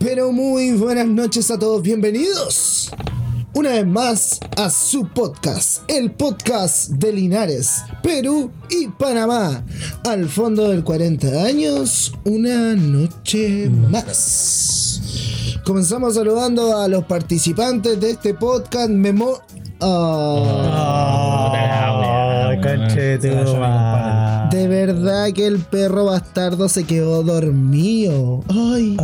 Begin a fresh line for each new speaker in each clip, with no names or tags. Pero muy buenas noches a todos, bienvenidos una vez más a su podcast, el podcast de Linares, Perú y Panamá. Al fondo del 40 años, una noche más. Comenzamos saludando a los participantes de este podcast Memo... Ah.
Ah, conche tu madre.
De verdad que el perro bastardo se quedó dormido. Ay,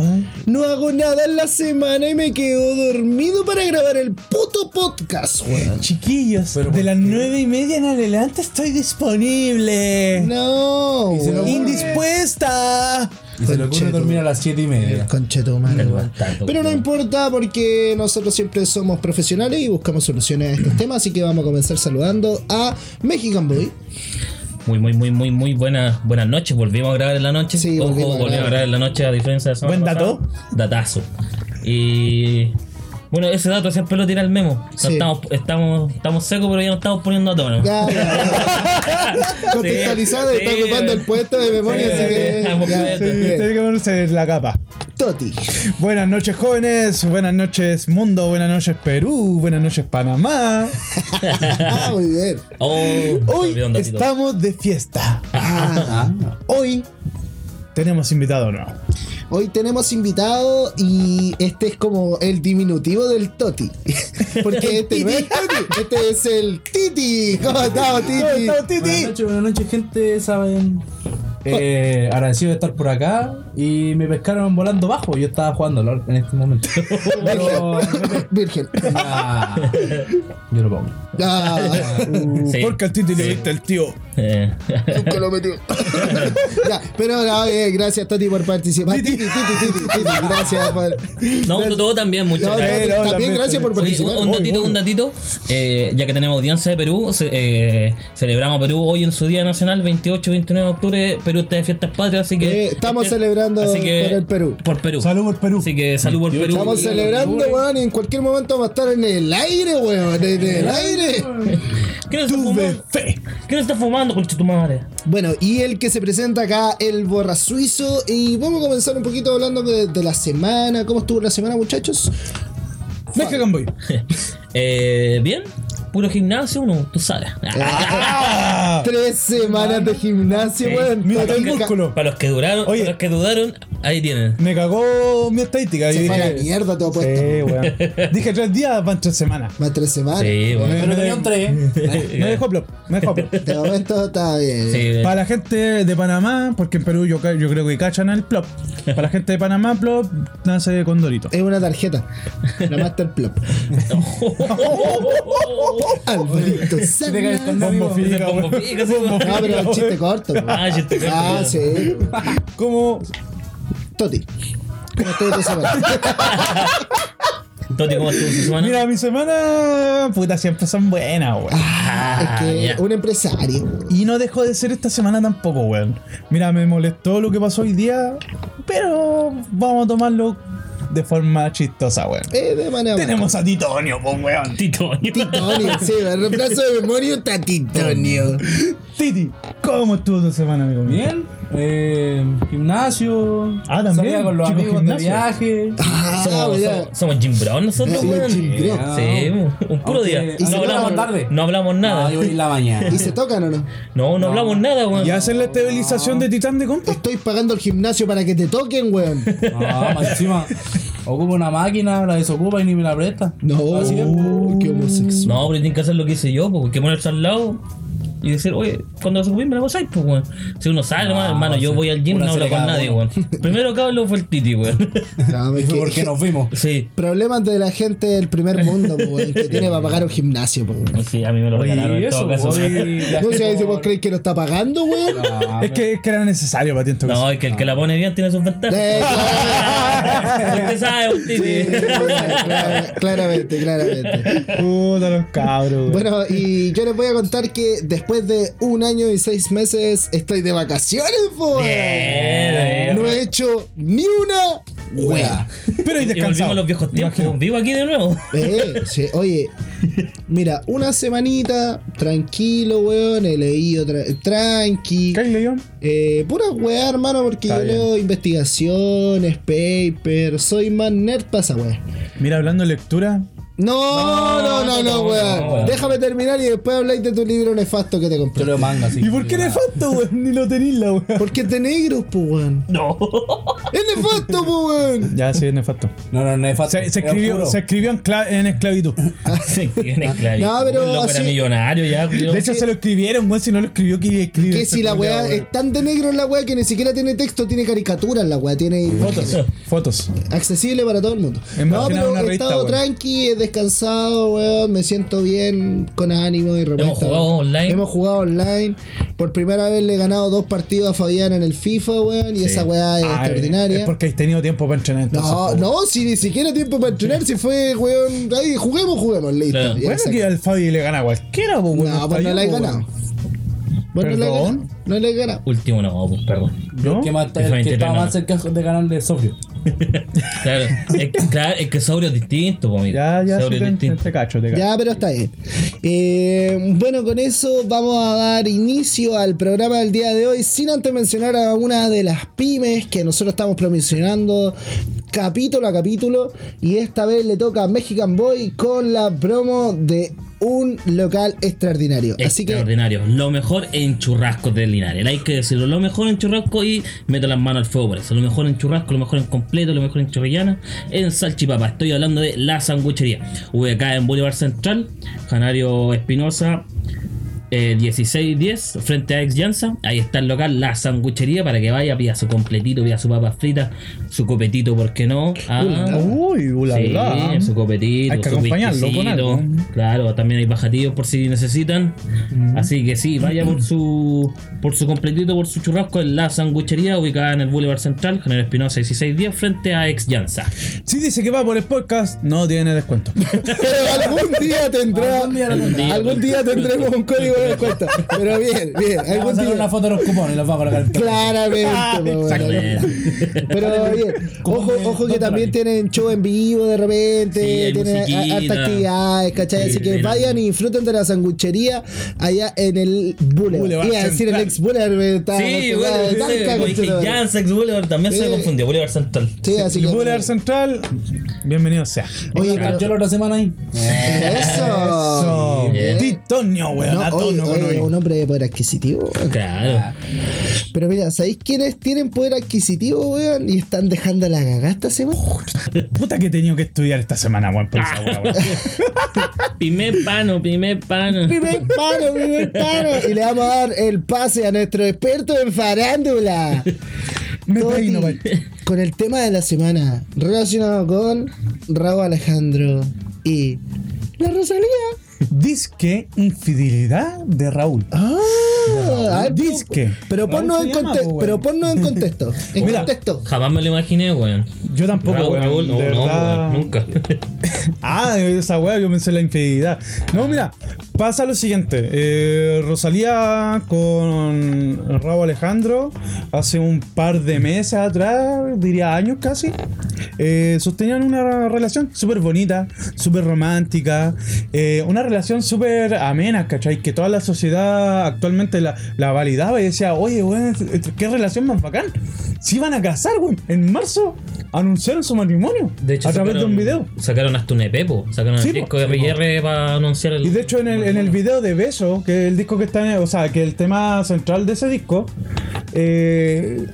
no hago nada en la semana y me quedo dormido para grabar el puto podcast, weón.
Chiquillos, de las nueve y media en adelante estoy
Eh.
disponible.
No.
se
weón.
lo borra.
Indispuesta.
Y se le ocurre dormir a las 7 y media.
Conchetumare,
El
weón.
bastardo,
Pero no
weón.
importa porque nosotros siempre somos profesionales y buscamos soluciones a estos temas, así que vamos a comenzar saludando a Mexican Boy.
Muy, muy, muy, muy, muy buenas, buenas noches. Volvimos a grabar en la noche.
Sí,
Ojo,
volvimos a
volvimos, a
grabar.
grabar en la noche a diferencia de la semana
Buen
pasada.
dato.
Datazo. Y. Bueno, ese dato siempre lo tira el memo. No
Sí.
estamos, estamos, estamos secos, pero ya no estamos poniendo a tono.
Ya, ya, ya. Contextualizado,
Sí,
está
sí,
ocupando
weón.
el puesto de memoria,
Sí,
así que.
estamos
ya,
bien.
sí, bien.
Tiene que ponerse la capa.
Toti.
Buenas noches, jóvenes. Buenas noches, mundo. Buenas noches, Perú. Buenas noches, Panamá.
Ah, muy bien.
Oh, se me
Hoy
olvidó un datito.
estamos de fiesta.
Ah,
Hoy tenemos invitado nuevo.
hoy tenemos invitado y este es como el diminutivo del Toti. Porque este no es Toti, este es el Titi. ¿Cómo estamos, Titi?
¿Cómo estás,
Buenas
Titi?
noches, buenas noches, gente. Saben, eh, agradecido de estar por acá. Y me pescaron volando bajo. Yo estaba jugando LOL en este momento. Pero,
Virgen.
Ah, yo lo pongo.
Ah,
Sí.
Porque al Titi le diste el tío.
Eh,
nunca lo metió. Ya, pero no, bien, gracias, Toti, por participar. Titi, Titi, Titi, Titi, gracias por.
Eh, no, tú todo también, muchas
No,
gracias.
Toti,
no,
también
también,
gracias por
Oye,
participar.
un, un datito, un datito. Eh, ya que tenemos audiencia de Perú, ce- eh, celebramos Perú hoy en su Día Nacional, 28-29 de octubre. Perú está de fiestas patrias, así que. este,
Eh, estamos celebrando por el Perú.
Por Perú.
Salud por Perú.
Así que salud por Perú.
Estamos celebrando, weón, y en cualquier momento vamos a estar en el aire, weón, en el aire.
¿Quién está fumando? ¿Quién está fumando, concha tu madre?
Bueno, y el que se presenta acá, el borra suizo. Y vamos a comenzar un poquito hablando de, de la semana. ¿Cómo estuvo la semana, muchachos?
Mexican Boy.
Eh, Bien, puro gimnasio, uno, tú sabes.
Ah.
Tres semanas de gimnasio,
Sí.
weón.
Mira
Total
el
ca-
músculo.
Para los que duraron,
Oye.
para los que dudaron, ahí tienen.
Me cagó mi estadística.
Se
y
fue a
dije,
la mierda todo puesto.
Sí, weón. Dije tres días, van tres semanas.
Más tres semanas.
Sí, bueno.
Pero tenía un 3.
Me dejó plop, me dejó plop.
De este momento está bien.
Sí, eh.
Para la gente de Panamá, porque en Perú yo, ca- yo creo que cachan el plop. Para la gente de Panamá, plop nace con Dorito.
Es una tarjeta. La Master Plop. Alvarito
te caes
Salas.
con-
Bombo
Amigo,
fica,
Bombo
weón.
fica, sí, weón.
No, pero el chiste corto. weón.
Ah, chiste corto,
Ah,
ya.
sí.
Como
Toti. ¿Cómo estuvo tu semana?
Toti, ¿cómo estuvo su semana?
Mira, mi semana, puta, siempre son buenas, weón.
Ah,
es que
ya.
un empresario.
Y no dejó de ser esta semana tampoco, weón. Mira, me molestó lo que pasó hoy día, pero vamos a tomarlo de forma chistosa, weón.
Eh, de manera.
Tenemos a Titonio, pues, weón.
Titonio.
Titonio, sí, el reemplazo de memoria está Titonio.
Titi, ¿cómo estuvo tu semana, amigo mío?
Bien. Eh, gimnasio.
Ah, también,
Salía con los
chicos,
amigos
gimnasio.
de viaje.
Ah,
Somos,
ya.
somos, somos Jim Brown nosotros,
Sí,
weón.
Jim Brown.
Sí, un puro
Aunque-
día.
y
se
No hablamos
tomaron
tarde.
No hablamos nada.
No, Ah, yo voy en la mañana.
¿Y se tocan o no?
No, no hablamos nada, weón.
¿Y hacen la estabilización de Titán de compa?
Estoy pagando el gimnasio para que te toquen, weón.
No, más encima. Ocupa una máquina, la desocupa y ni me la presta.
No,
Así que-
qué homosexual.
No, pero tienen que hacer lo que hice yo, porque que ponerse al lado y decir, oye, cuando se me la pasáis, pues, weón. Si uno sale, hermano, hermano, yo
sí.
voy al gym,
Una
no hablo
serie
con
cada
nadie,
uno.
weón. Primero que hablo fue el Titi, weón.
No, es que-
porque nos vimos.
Sí.
Problemas de la gente del primer mundo, po, weón, que tiene para pagar un gimnasio, po, weón.
Sí, a mí me lo regalaron.
Y
en
eso,
todo caso.
hoy viajé
No sé si vos
por-
creéis que lo está pagando, weón.
Ah,
Es que, es que era necesario para ti en tu caso.
No, es que el que la pone bien tiene sus
Eh,
ventajas. Usted sabe, un Titi.
claro, claramente, claramente.
Puta los cabros. güey.
Bueno, y yo les voy a contar que después de un año y seis meses estoy de vacaciones, po.
Bien,
No he hecho ni una wea.
Pero y
Y volvimos
descansado.
a los viejos tiempos. Vivo aquí de nuevo.
Eh, sí, oye, Mira, una semanita, tranquilo, weón. He leído tra- tranqui.
¿Qué hay, León?
Eh, pura weá, hermano, porque
Está
yo
bien.
leo investigaciones, papers. Soy más nerd para esa weá.
Mira, hablando de lectura,
No, no, no, no,
no,
weón.
no, weón.
Déjame terminar y después habláis de tu libro nefasto que te
Yo
compré.
leo manga, así.
¿Y por qué nefasto, weón? Ni lo tenéis la weón.
Porque es de negros, po, weón.
No.
¡Es nefasto, po, weón!
Ya, sí, es nefasto.
No, no, no es fácil.
Se, se
es
escribió,
oscuro.
se escribió en, cla- en esclavitud.
Sí, tiene claro.
No, pero
El loco
así-
era millonario ya, culiao.
De hecho, se lo escribieron, weón. Si no lo escribió, ¿quién escribió? este
Que si la weá es tan de negro en la weá que ni siquiera tiene texto, tiene caricaturas la weá, tiene
Fotos,
Ah,
fotos. Ah,
accesible para todo el mundo.
Es más,
no,
tiene
pero
una
he
revista,
estado
weón.
tranqui, he descansado, weón, me siento bien, con ánimo y repuesto.
jugado online.
Hemos jugado online. Por primera vez le he ganado dos partidos a Fabián en el FIFA, weón, y esa weá es
Ah,
extraordinaria.
Es porque has tenido tiempo para entrenar. entonces,
No,
pues,
no, si ni siquiera tiempo para entrenar, si fue, weón, ahí, juguemos, juguemos, listo.
Claro.
Ya,
Bueno,
exacto.
que al Fabi le gana a cualquiera, pues, weón.
No, pues no
Falló,
la he
pues,
ganado.
weón.
Vos no la he
Perdón.
ganado. No la he ganado.
Último no, pues, perdón.
¿No?
Que más- el que
23
estaba
no.
más cerca de ganar de Sofio.
Claro, es que, claro, es que sobrio es distinto, pues, mira.
Ya, ya, sí,
Sobrio es
te,
distinto.
te cacho, te cacho.
Ya, pero está bien. Eh, bueno, con eso vamos a dar inicio al programa del día de hoy, sin antes mencionar a una de las pymes que nosotros estamos promocionando capítulo a capítulo. Y esta vez le toca a Mexican Boy con la promo de un local extraordinario. Así que
Extraordinario. Lo mejor en churrascos de Linares. Hay que decirlo. Lo mejor en churrasco y meto las manos al fuego por eso. Lo mejor en churrasco, lo mejor en completo, lo mejor en chorrillana. En salchipapa. Estoy hablando de la sanguchería. Ubicada en Bolívar Central, Canario Espinosa. eh, 1610 frente a ex Llanza, ahí está el local, la sanguchería para que vaya, pida su completito, pida su papa frita, su copetito, ¿por qué no? Ah.
Uy, bla,
Sí,
bla.
su copetito,
¿eh? Hay que
su
acompañarlo con
whiskycito.
algo.
Claro, también hay bajatillos por si necesitan. Así que sí, vaya por su por su completito, por su churrasco en la sanguchería ubicada en el Boulevard Central, General Espinosa 1610, frente a Ex Llanza.
Si dice que va por el podcast, no tiene descuento.
algún día tendrá.
Algún día lo
tendrá.
Algún día tendremos un código de descuento. Pero bien, bien.
Vamos a
Algún
sacar
día.
una foto de los cupones y los vamos a colocar.
Claramente, pues, bueno.
Eh,
Pero bien, ojo, ojo que también tienen show en vivo de repente,
Sí, hay
tienen
musiquita.
hartas actividades, ¿cachai?
Sí,
Así que
verán.
vayan y disfruten de la sanguchería allá en el Boulevard.
Boulevard
Iba a decir el
Central.
ex Boulevard, pero estaba-
Sí,
estaba-
bueno,
estaba-
sí,
estaba-
como
este
dije, Llanza, Ex Boulevard, también se
Sí.
me confundió, Boulevard Central.
Sí, así
Si
que.
puede leer central, bienvenido sea.
Oye,
Yo
pero-
la otra semana ahí.
Eso.
Eso.
bien.
Titonio, weón.
No,
a
oye,
tono con
oye,
hoy.
un hombre de poder adquisitivo.
Claro.
Pero mira, ¿sabéis quiénes tienen poder adquisitivo, weón? Y están dejando la cagada esta semana.
Puta que he tenido que estudiar esta semana, weón. por esa weá, weón.
Pimé pano, pimé pano.
primer paro, primer paro. Y le vamos a dar el pase a nuestro experto en farándula.
Me
Toti,
peino, weón.
con el tema de la semana relacionado con Raúl Alejandro y la Rosalía.
Disque infidelidad de Raúl.
Ah, a ver,
Disque.
Pero
Raúl
ponnos,
se
en
llama,
conte-
pues,
pero
weón.
ponnos en contexto. En
Mira.
contexto.
Jamás me lo imaginé, weón.
Yo tampoco,
Raúl,
weón.
Raúl, no,
de
no,
verdad.
weón, nunca.
Ah, esa weá, yo pensé en la infidelidad. No, mira, pasa lo siguiente. Eh, Rosalía con Raúl Alejandro, hace un par de meses atrás, diría años casi, eh, sostenían una relación súper bonita, súper romántica, eh, una relación súper amena, ¿cachai? Que toda la sociedad actualmente la, la validaba y decía, oye, weón, qué relación más bacán. Se iban a casar, weón. En marzo anunciaron su matrimonio a través de
sacaron-
un video.
Sacaron hasta un EP, po. Sacaron
Sí,
el
po.
disco de
Sí, po.
RR para anunciar el.
Y de hecho en el, en el video de Beso, que es el disco que está en, o sea, que el tema central de ese disco, eh,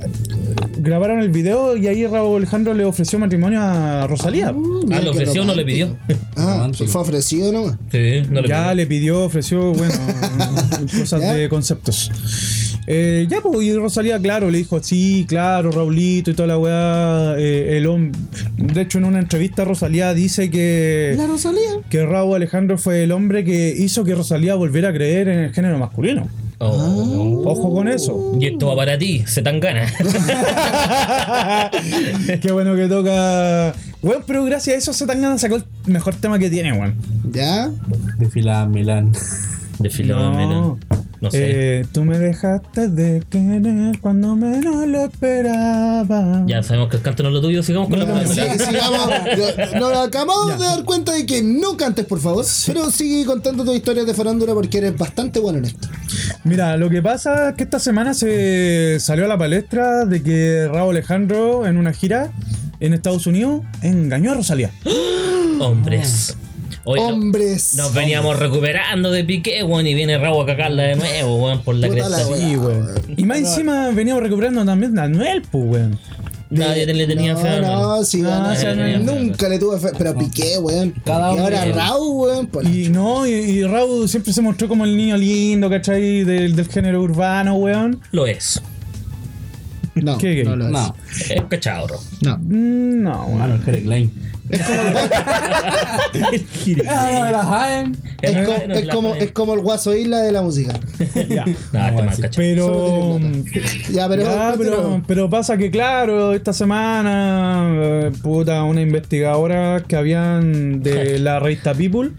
grabaron el video y ahí Raúl Alejandro le ofreció matrimonio a Rosalía.
Ah, ¿lo ofreció o no le pidió?
Ah, fue ofrecido nomás.
Sí, no lo
ya le pidió, ofreció, bueno, cosas
¿Ya?
de conceptos. Eh, ya, pues, y Rosalía, claro, le dijo, sí, claro, Raulito y toda la weá, eh, el hombre. De hecho, en una entrevista Rosalía dice que...
La Rosalía.
Que Raúl Alejandro fue el hombre que hizo que Rosalía volviera a creer en el género masculino.
Oh.
Ojo con eso.
Y esto va para ti, se tan gana.
Qué bueno que toca. Weón, pero gracias a eso Zetangana sacó el mejor tema que tiene, weón.
Ya.
Desfilada en Milán.
De filo, mira.
No.
No sé.
Eh, tú me dejaste de querer cuando menos lo esperaba.
ya sabemos que el canto no es lo tuyo, sigamos con la
Ya, sí,
conversación.
sigamos. Yo- Nos acabamos de dar cuenta de que no cantes, por favor. Pero sigue contando tus historias de farándula porque eres bastante bueno en esto.
Mira, lo que pasa es que esta semana se salió a la palestra de que Raúl Alejandro en una gira en Estados Unidos engañó a Rosalía.
Hombres. Hoy no-
Hombres.
Nos veníamos recuperando de pique, weón, y viene Rabo a cagarla de nuevo, weón, por la
Puta la
cresta.
weá.
Sí, weón. Y más encima veníamos recuperando también a Anuel, pues, weón.
Nadie te le tenía
no,
fe a Manuel.
No, sí,
No,
ganó.
o sea, no, no.
nunca le tuve fe. Pero piqué, weón.
Cada
y ahora
hombre.
Raúl, weón. pues, por la
Y no, y, y Raúl siempre se mostró como el niño lindo, ¿cachai? Del, del género urbano, weón.
Lo es.
No,
¿Qué gay?
no lo es.
No,
Es un cachorro.
No.
Mm, No, weón.
mano, el Jerry Klein. Ah, no, de la Jaén.
Es,
Es
co-
bueno,
es
la-
como, es como el guaso isla de la música.
Ya.
No, este
No,
más
sí.
cachorro.
Pero.
Ya, Ah, pero.
Ya, pero, pero pasa que, claro, esta semana, eh, puta, una investigadora que habían de la revista People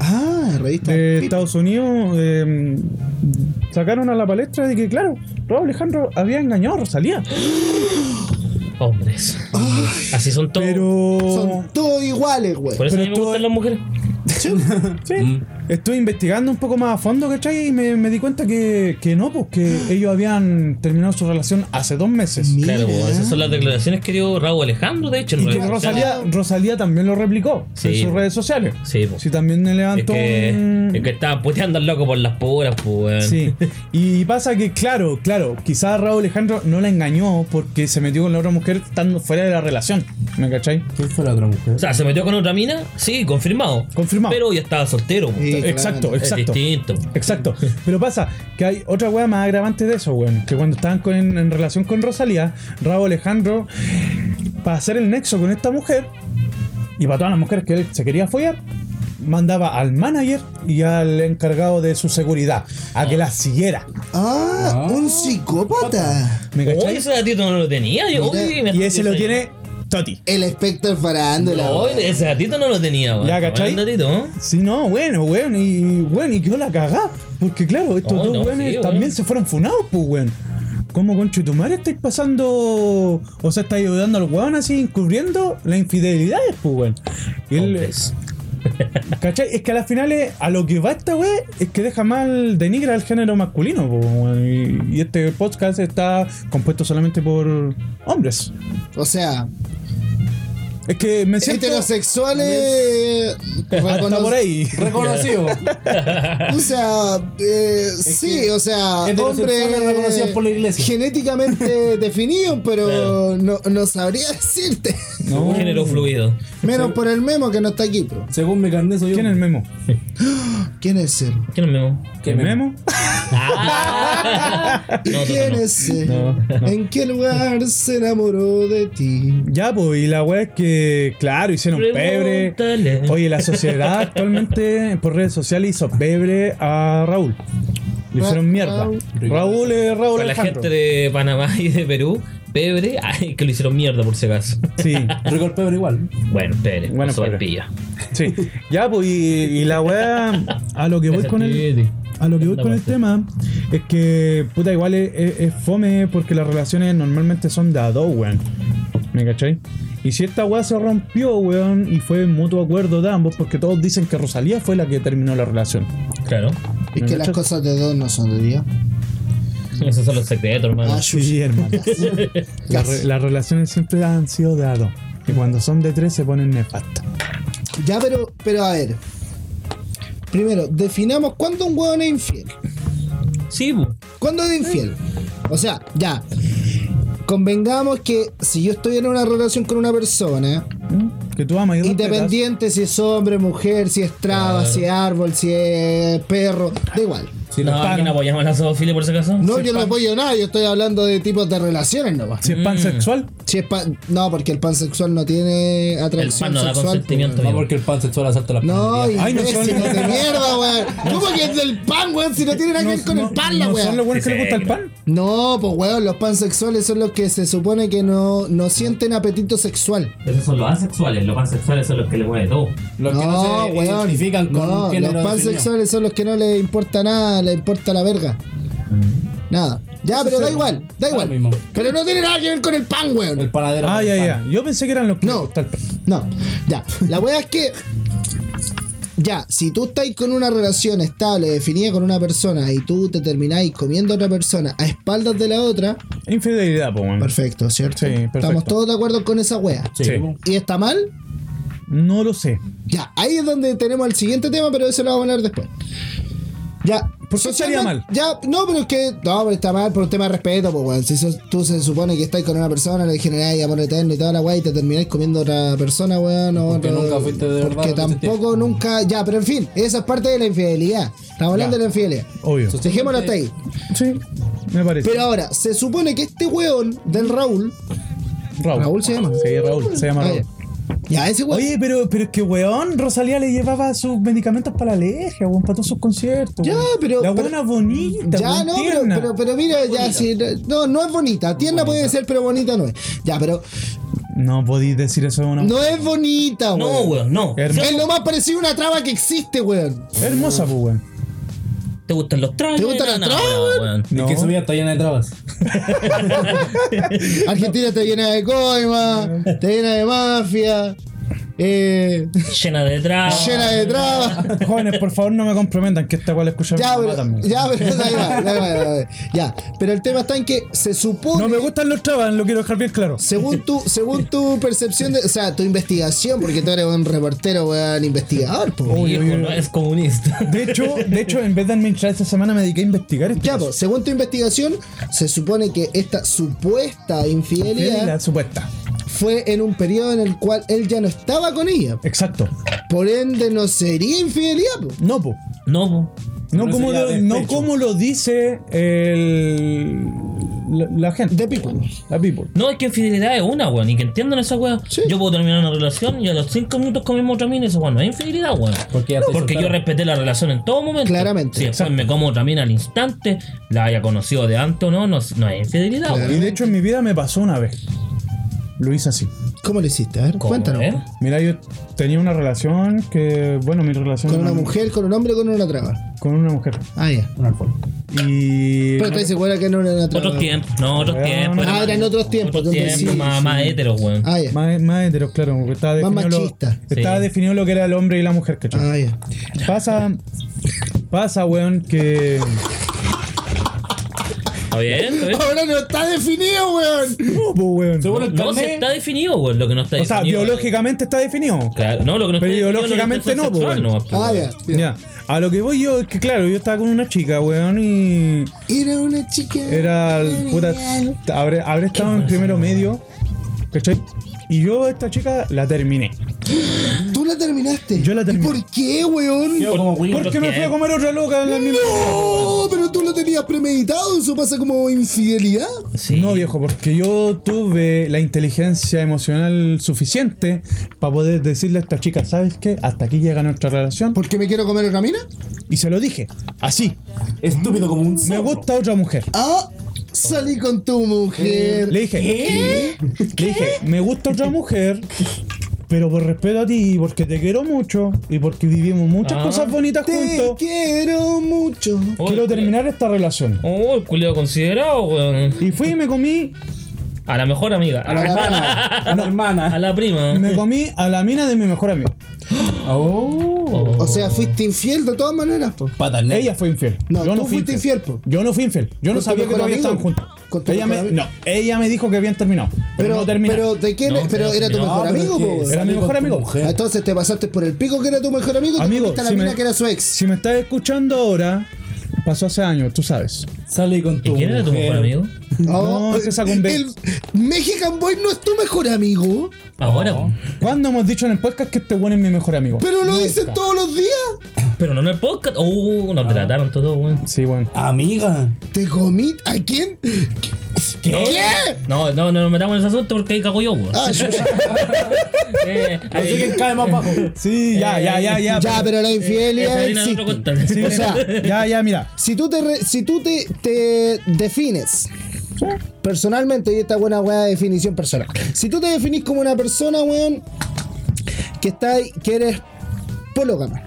Ah, revista.
de Estados Unidos eh, sacaron a la palestra de que, claro, Rob Alejandro había engañado a Rosalía.
Hombres. Así son todos.
Pero.
Son todos iguales,
por
weón.
eso a
pero
mí me
tú-
gustan las mujeres.
Sí.
Mm.
Estuve investigando un poco más a fondo, ¿cachai? Y me, me di cuenta que, que no, pues que ellos habían terminado su relación hace dos meses.
Mira.
Claro, weón, esas son las declaraciones que dio Raúl Alejandro, de hecho, en
¿eh? Y que
redes sociales.
Rosalía, Rosalía también lo replicó
Sí.
en sus redes sociales.
Sí, po.
Sí, también le
Es
levantó
que,
un-
es que estaban puteando al loco por las puras, pues, weón.
Sí. Y pasa que, claro, claro, quizás Raúl Alejandro no la engañó porque se metió con la otra mujer estando fuera de la relación. ¿Me cachai?
¿Quién fue la otra mujer?
O sea, se metió con otra mina, sí, confirmado.
Confirmado.
Pero ya estaba soltero, pues.
Sí,
exacto,
claramente.
Es
exacto.
distinto.
Exacto. Pero pasa que hay otra weá más agravante de eso, weón. Que cuando estaban con- en, en relación con Rosalía, Raúl Alejandro, para hacer el nexo con esta mujer y para todas las mujeres que él se quería follar, mandaba al manager y al encargado de su seguridad a que las siguiera.
Ah, un psicópata.
¿Me
Oye,
cachai?
ese datito no lo tenía. Yo,
Mira,
oye, me-
y ese
yo
lo
soy-
tiene Toti.
El espectro del farándula.
No,
weón.
ese datito no lo tenía, weón. ¿eh?
Ya, ¿cachai?
Buen datito, ¿no?
Sí, no, bueno, weón, y bueno, y quedó la cagá. Porque claro, estos
Oh, No,
dos
no,
weones
sí, weón.
también se fueron funados, pues weón. ¿Cómo concho tu madre estáis pasando? O sea, estáis ayudando al weón así, encubriendo las infidelidades, pues weón. Y él-
Hombres.
¿Cachai? Es que a las finales, a lo que va esta weón, es que deja mal, denigra al género masculino, pues weón. Y, y este podcast está compuesto solamente por hombres.
O sea,
Es que me
Este
siento.
heterosexuales.
Está
reconoc-
por ahí.
Reconocido.
O sea, eh, sí,
que
o sea,
heterosexuales
hombres
reconocidos por la iglesia.
Genéticamente definidos, pero
Claro.
no, no sabría decirte.
Un género fluido.
Menos por el memo que no está aquí, bro.
Según mi carnet soy
¿Quién es el
hombre.
memo?
¿Quién es él?
¿Quién es Memo?
¿Qué
¿El
memo?
memo?
Ah. No, tú
¿Quién
no.
es él?
No, no.
¿En qué lugar se enamoró de ti?
Ya, pues, y la weá es que, claro, hicieron pebre.
Pregúntale.
Oye, la sociedad actualmente por redes sociales hizo pebre a Raúl. Le hicieron mierda.
Raúl.
Raúl es Raúl
Para la
Alejandro.
gente de Panamá y de Perú, Pebre, ay, que lo hicieron mierda por si acaso.
Sí,
Rigor Pebre igual.
Bueno, Pebre,
Bueno,
bueno,
Pebre.
pilla.
sí. Ya, pues, y, y la weá, a lo que voy con el, a lo que voy con el tema es que, puta, igual es, es- es fome porque las relaciones normalmente son de a dos, weón. ¿Me cachai? Y si esta weá se rompió, weón, y fue mutuo acuerdo de ambos, porque todos dicen que Rosalía fue la que terminó la relación.
Claro.
Es que las cosas de dos no son de Dios.
Esos son los secretos, hermano.
Ah,
Sí, hermano. La re-
Gas.
las relaciones siempre han sido de a dos. Y cuando son de tres se ponen nefastas.
Ya, pero, pero a ver. Primero, definamos cuándo un huevón es infiel.
Sí, bu.
¿Cuándo es infiel? O sea, ya. Convengamos que si yo estoy en una relación con una persona,
¿Mm? Que tú amas y respetas.
independiente si es hombre, mujer, si es traba, si es árbol, si es perro, da igual.
Si
no,
los
aquí no apoyamos a la zoofilia por si acaso.
No, yo no apoyo nada, yo estoy hablando de tipos de relaciones nomás.
Si es
Mm.
pansexual,
Si es pan- no, porque el pansexual no tiene
El
atracción
pan no da
sexual. pues,
consentimiento.
No
amigo.
porque el pan sexual asalta la
No,
panadería.
Ay, no
imbécil,
son-
de mierda, weón. ¿Cómo que es del pan, weón? Si no tiene nada que ver con el pan, la
no son los
weón.
buenos que
Sí,
les gusta el
sí,
pan.
No, pues weón, los pansexuales son los que se supone que no, no sienten apetito sexual.
Esos son los asexuales. Los asexuales son los que le mueve todo.
Los que no se
weón.
identifican con
No,
un género
los
definido.
pansexuales son los que no les importa nada le importa la verga. Nada. Ya, pero da igual, da
Da
igual.
lo mismo.
Pero no tiene nada que ver con el pan, weón.
El panadero.
Ah,
con
ya,
pan.
ya. Yo pensé que eran los que
No.
tal-
No, ya. La wea es que. Ya, si tú estás con una relación estable, definida con una persona, y tú te termináis comiendo a otra persona a espaldas de la otra,
Infidelidad, pues, weón.
perfecto, ¿cierto?
Sí, perfecto.
Estamos todos de acuerdo con esa wea.
Sí.
Sí.
¿Y está mal?
No lo sé.
Ya, ahí es donde tenemos el siguiente tema, pero eso lo vamos a hablar después. Ya.
¿Por qué estaría mal?
Ya, no, pero es que. No, pero está mal por un tema de respeto, pues, weón. Si sos- tú se supone que estás con una persona, le generáis amor eterno y toda la weá, y te termináis comiendo a otra persona, weón. No,
Porque
no,
nunca fuiste de
Porque
verdad, no te
tampoco nunca. Ya, pero en fin, esa es parte de la infidelidad. Estamos hablando
Ya.
de la infidelidad.
Obvio.
Sos-
Dejémoslo hasta ahí.
Sí, me parece.
Pero ahora, se supone que este weón del Raúl.
Raúl.
Raúl se llama.
Sí, Raúl. Se llama
Ah,
Raúl.
ya. Pues- Ya, ese weón.
Oye, pero, pero es que, weón, Rosalía le llevaba sus medicamentos para la alergia, weón, para todos sus conciertos.
Ya,
weón.
pero-
La
pero-
buena bonita,
Ya,
weón,
no, pero,
tierna.
pero, pero mira, ya, si, no, no es bonita. Tierna puede ser, pero bonita no es. Ya, pero
No podéis decir eso de una
no es bonita, weón.
No, weón, no.
Hermosa.
Es lo más parecido a una traba que existe, weón.
Hermosa, pues, weón.
¿Te gustan los trajes?
¿Te gustan las
No,
trabas,
no,
weón?
weón.
No.
Es que su vida está llena de trabas.
Argentina está llena de coima, está llena de mafia, eh,
Llena de trabas.
llena de trabas.
Jóvenes, por favor, no me comprometan que esta cual escucha
Ya,
mi mamá
pero,
también.
ya, pero, da igual, da igual, da igual. ya. Pero el tema está en que se supone.
No me gustan los trabas, lo quiero dejar bien claro.
Según tu, según tu percepción de. O sea, tu investigación, porque tú eres un reportero, weón, investigador, po.
Mi hijo no es comunista.
De hecho, de hecho, en vez de administrar esta semana me dediqué a investigar este
Ya,
esto.
pues, según tu investigación, se supone que esta supuesta
La
infidelidad
supuesta.
fue en un periodo en el cual él ya no estaba con ella. pues.
Exacto.
Por ende, no sería infidelidad, pues. po.
No, pues. po.
No, po.
No,
Pero
como
sería
lo, no
despecho.
como lo dice el, la, la gente.
The people.
La people.
No, es que infidelidad es una, weón. Y que entiendan esa weón.
Sí.
Yo puedo terminar una relación y a los 5 minutos comemos otra mina y eso, weón, no es infidelidad, weón.
Porque ya te
Porque yo
soltaron.
respeté la relación en todo momento.
Claramente.
Si después
Exacto.
me como otra mina al instante, la haya conocido de antes o no, no, no es infidelidad,
Claro.
weón.
Y de hecho, en mi vida me pasó una vez. Lo hice así.
¿Cómo lo hiciste? A ver,
¿Cómo,
cuéntanos. pues.
eh?
Mira, yo tenía una relación que, bueno, mi relación
Con
era
una mujer, con un hombre, con una traba.
Con una mujer.
Ah, ya.
Un alcohol.
Y.
Pero estáis segura que no era una traba.
Otros tiempos, no, otros
Weón.
tiempos.
Ah, eran otros tiempos,
Otros
entonces
tiempos,
sí,
más,
sí.
más héteros, weón.
Ah, ya.
Más, más hetero, claro, porque estaba
Más
definido, lo,
machista.
estaba
Sí.
definido lo que era el hombre y la mujer, ¿cachai?
Ah, ya.
Pasa, pasa, weón, que.
¿Está bien? ¿Está bien?
Ahora no está definido, weón.
No, pues, weón.
Según el
No, si
carnet,
está definido, weón, lo que no está
O sea,
definido.
biológicamente está definido.
Claro, no, lo que no está
Pero
definido es lo que
ideológicamente
está
no, pues,
sexual,
weón.
nomás, pues,
Ah,
weón.
ya.
Ya. A lo que voy yo es que, claro, yo estaba con una chica, weón, y.
Era una chica.
Era. el- Puta, habré, habré estado en primero medio, ¿cachai? Y yo a esta chica la terminé.
Tú la terminaste.
Yo la terminé.
¿Y por qué, weón?
yo como Will.
Porque me fui a
tiempos.
comer otra loca en la misma.
No, pero tú lo tenías premeditado. Eso pasa como infidelidad.
Sí.
No, viejo, porque yo tuve la inteligencia emocional suficiente para poder decirle a esta chica, ¿sabes qué? Hasta aquí llega nuestra relación.
¿Por qué me quiero comer otra mina?
Y se lo dije, así.
Estúpido como un
Me
zorro.
gusta otra mujer.
Ah, salí con tu mujer.
Le dije, Le dije, me gusta otra mujer, pero por respeto a ti, y porque te quiero mucho, y porque vivimos muchas
Ah.
cosas bonitas
Te
juntos,
quiero mucho.
Oh,
quiero
el-
terminar esta relación.
Oh, el culiado considerado, weón.
Y fui y me comí,
A la mejor amiga. A la,
hermana. A la
a
hermana.
la prima.
me comí a la mina de mi mejor amigo.
Oh. Ah,
O sea, fuiste infiel de todas maneras, po.
Patas negras.
Ella fue infiel.
No,
yo
tú
no fui
fuiste
infiel.
infiel, po.
Yo no fui infiel. Yo no
tu
sabía que
mejor
todavía
amigo?
estaban juntos.
¿Con tu
Ella me,
mejor amigo?
no, ella me dijo que habían terminado. Pero,
Pero,
no
pero,
terminaron.
¿de quién?
No,
pero
pero
era tu
no,
mejor
pero es
amigo,
que
po, Ah, weón.
Era mi
salí
mejor
con tu
amigo.
mujer.
Entonces te pasaste por el pico que era tu mejor amigo.
Amigo,
te comiste a la
si
mina
me-
que era su ex.
Si me estás escuchando ahora, pasó hace años, tú sabes.
Salí con tu
¿Y quién era tu mejor amigo?
No, es que esa con B.
Oh, el Mexican Boy no es tu mejor amigo.
Ahora,
¿Cuándo hemos dicho en el podcast que este weón es mi mejor amigo?
Pero lo dicen todos los días.
pero no en el podcast. Uh, nos trataron todo, weón.
Sí, bueno.
Amiga.
¿Te comí? ¿A quién? ¿Qué?
No, no, no nos metamos en ese asunto porque ahí cago yo, weón.
Ah, yo-
Eh,
Así que cae más bajo.
Sí, ya, ya, ya, ya. eh,
ya, pero la infidelidad
esa era
existe.
otra cuenta.
Sí,
O sea,
ya, ya, mira.
si tú te, re- si tú te, te defines personalmente, y esta es buena weá de definición personal. Si tú te definís como una persona, weón, que está ahí- que eres pológama.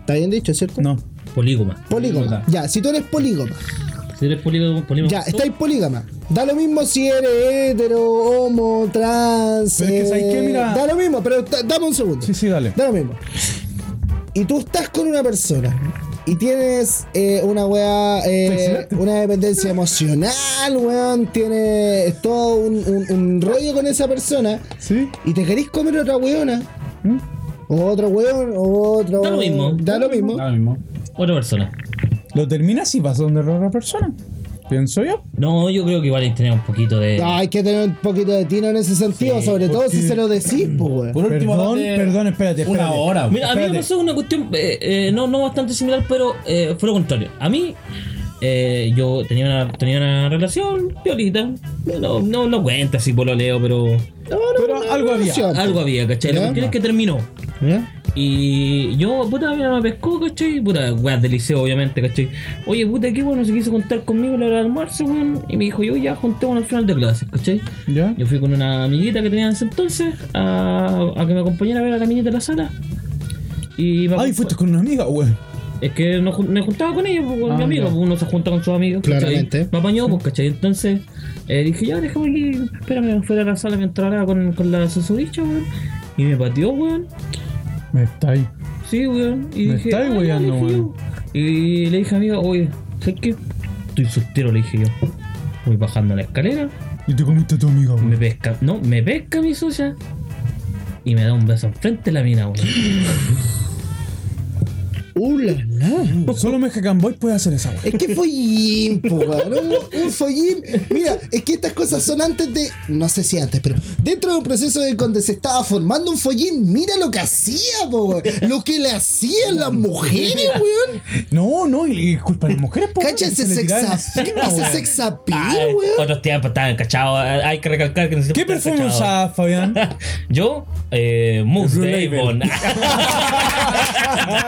¿Está bien dicho, cierto?
No.
polígoma.
Polígama. Ya, si tú eres polígama.
Si eres polígama, polígama
Ya,
tú,
estáis polígama. Da lo mismo si eres hetero, homo, trans. eh,
Pero es que, ¿sabes qué? Mira-
Da lo mismo, pero da- dame un segundo.
Sí, sí, dale.
Da lo mismo. Y tú estás con una persona. Y tienes eh, una weá, eh,
Sexual.
una dependencia emocional, weón. Tienes todo un, un- un rollo con esa persona.
¿Sí?
Y te querís comer otra weona. ¿Mm? O otro weón, o otro.
Da lo mismo.
Da lo mismo.
Ahora mismo.
Otra persona.
Lo terminas y vas donde la otra persona. Pienso yo.
No, yo creo que igual hay que tener un poquito de.
Ah, hay que tener un poquito de tino en ese sentido, sobre todo si
porque-
se lo decís, pues, weón.
Por último,
Perdón,
date
perdón, espérate,
Una
espérate.
hora.
Mira, a mí me
Espérate.
pasó una cuestión eh, eh, no, no bastante similar, pero eh, fue lo contrario. A mí, eh, yo tenía una, tenía una relación violita. No, no, no cuenta si pololeo, pero
No, no,
Pero
no,
algo
no,
había.
sí,
algo había, ¿cachai? La
Ya.
cuestión es que terminó.
¿Ya?
Y yo, puta, mi mamá me pescó, ¿cachai? Puta, weas del liceo, obviamente, ¿cachai? Oye, puta, qué bueno, se quiso contar conmigo a la hora del almuerzo, weón. Y me dijo, yo ya junté al final de clases, ¿cachai?
¿Ya?
Yo fui con una amiguita que tenía en ese entonces a, a que me acompañara a ver a la niña de la sala. Y me
Ay,
acompa-
fuiste con una amiga, weón.
es que no ju- me juntaba con ellos, pues, con
Ah,
mi amigo,
ya.
pues, uno se junta con sus amigos. ¿cachai?
Claramente.
Me apañó, pues, ¿cachai? Entonces eh, dije, ya, déjame aquí, espérame fuera de la sala mientras hablaba con, con la susodicha, weón. Y me pateó, weón.
Me está ahí.
Sí, weón. Y
Me
dije,
estáis
"Ah, ya",
weyando,
le dije
weón.
yo. Y le dije a mi amiga, oye, ¿sabes qué? Estoy soltero, le dije yo. Voy bajando la escalera,
Y te comiste a tu amiga,
me
weón.
pesca, no, me pesca mi socia y me da un beso enfrente de la mina, weón.
Uh, la, la.
Solo Mexican Boy puede hacer esa, weón.
Es que follín, po, weón. Un, un follín. Mira, es que estas cosas son antes de. No sé si antes, pero dentro de un proceso de cuando se estaba formando un follín, mira lo que hacía, po, weón. Lo que le hacían las mujeres, weón.
No, no, y, y culpa de las mujeres, po.
Cacha
que se
ese
le tiraban
sexa.
encima,
Ese
weón.
Ay,
sexapil, weón.
Otros tiempos estaban cachados. eh, Hay que recalcar que no
¿Qué perfume usaba, Fabián?
Yo, eh, Mousse
Blue
de
Label.
Avon.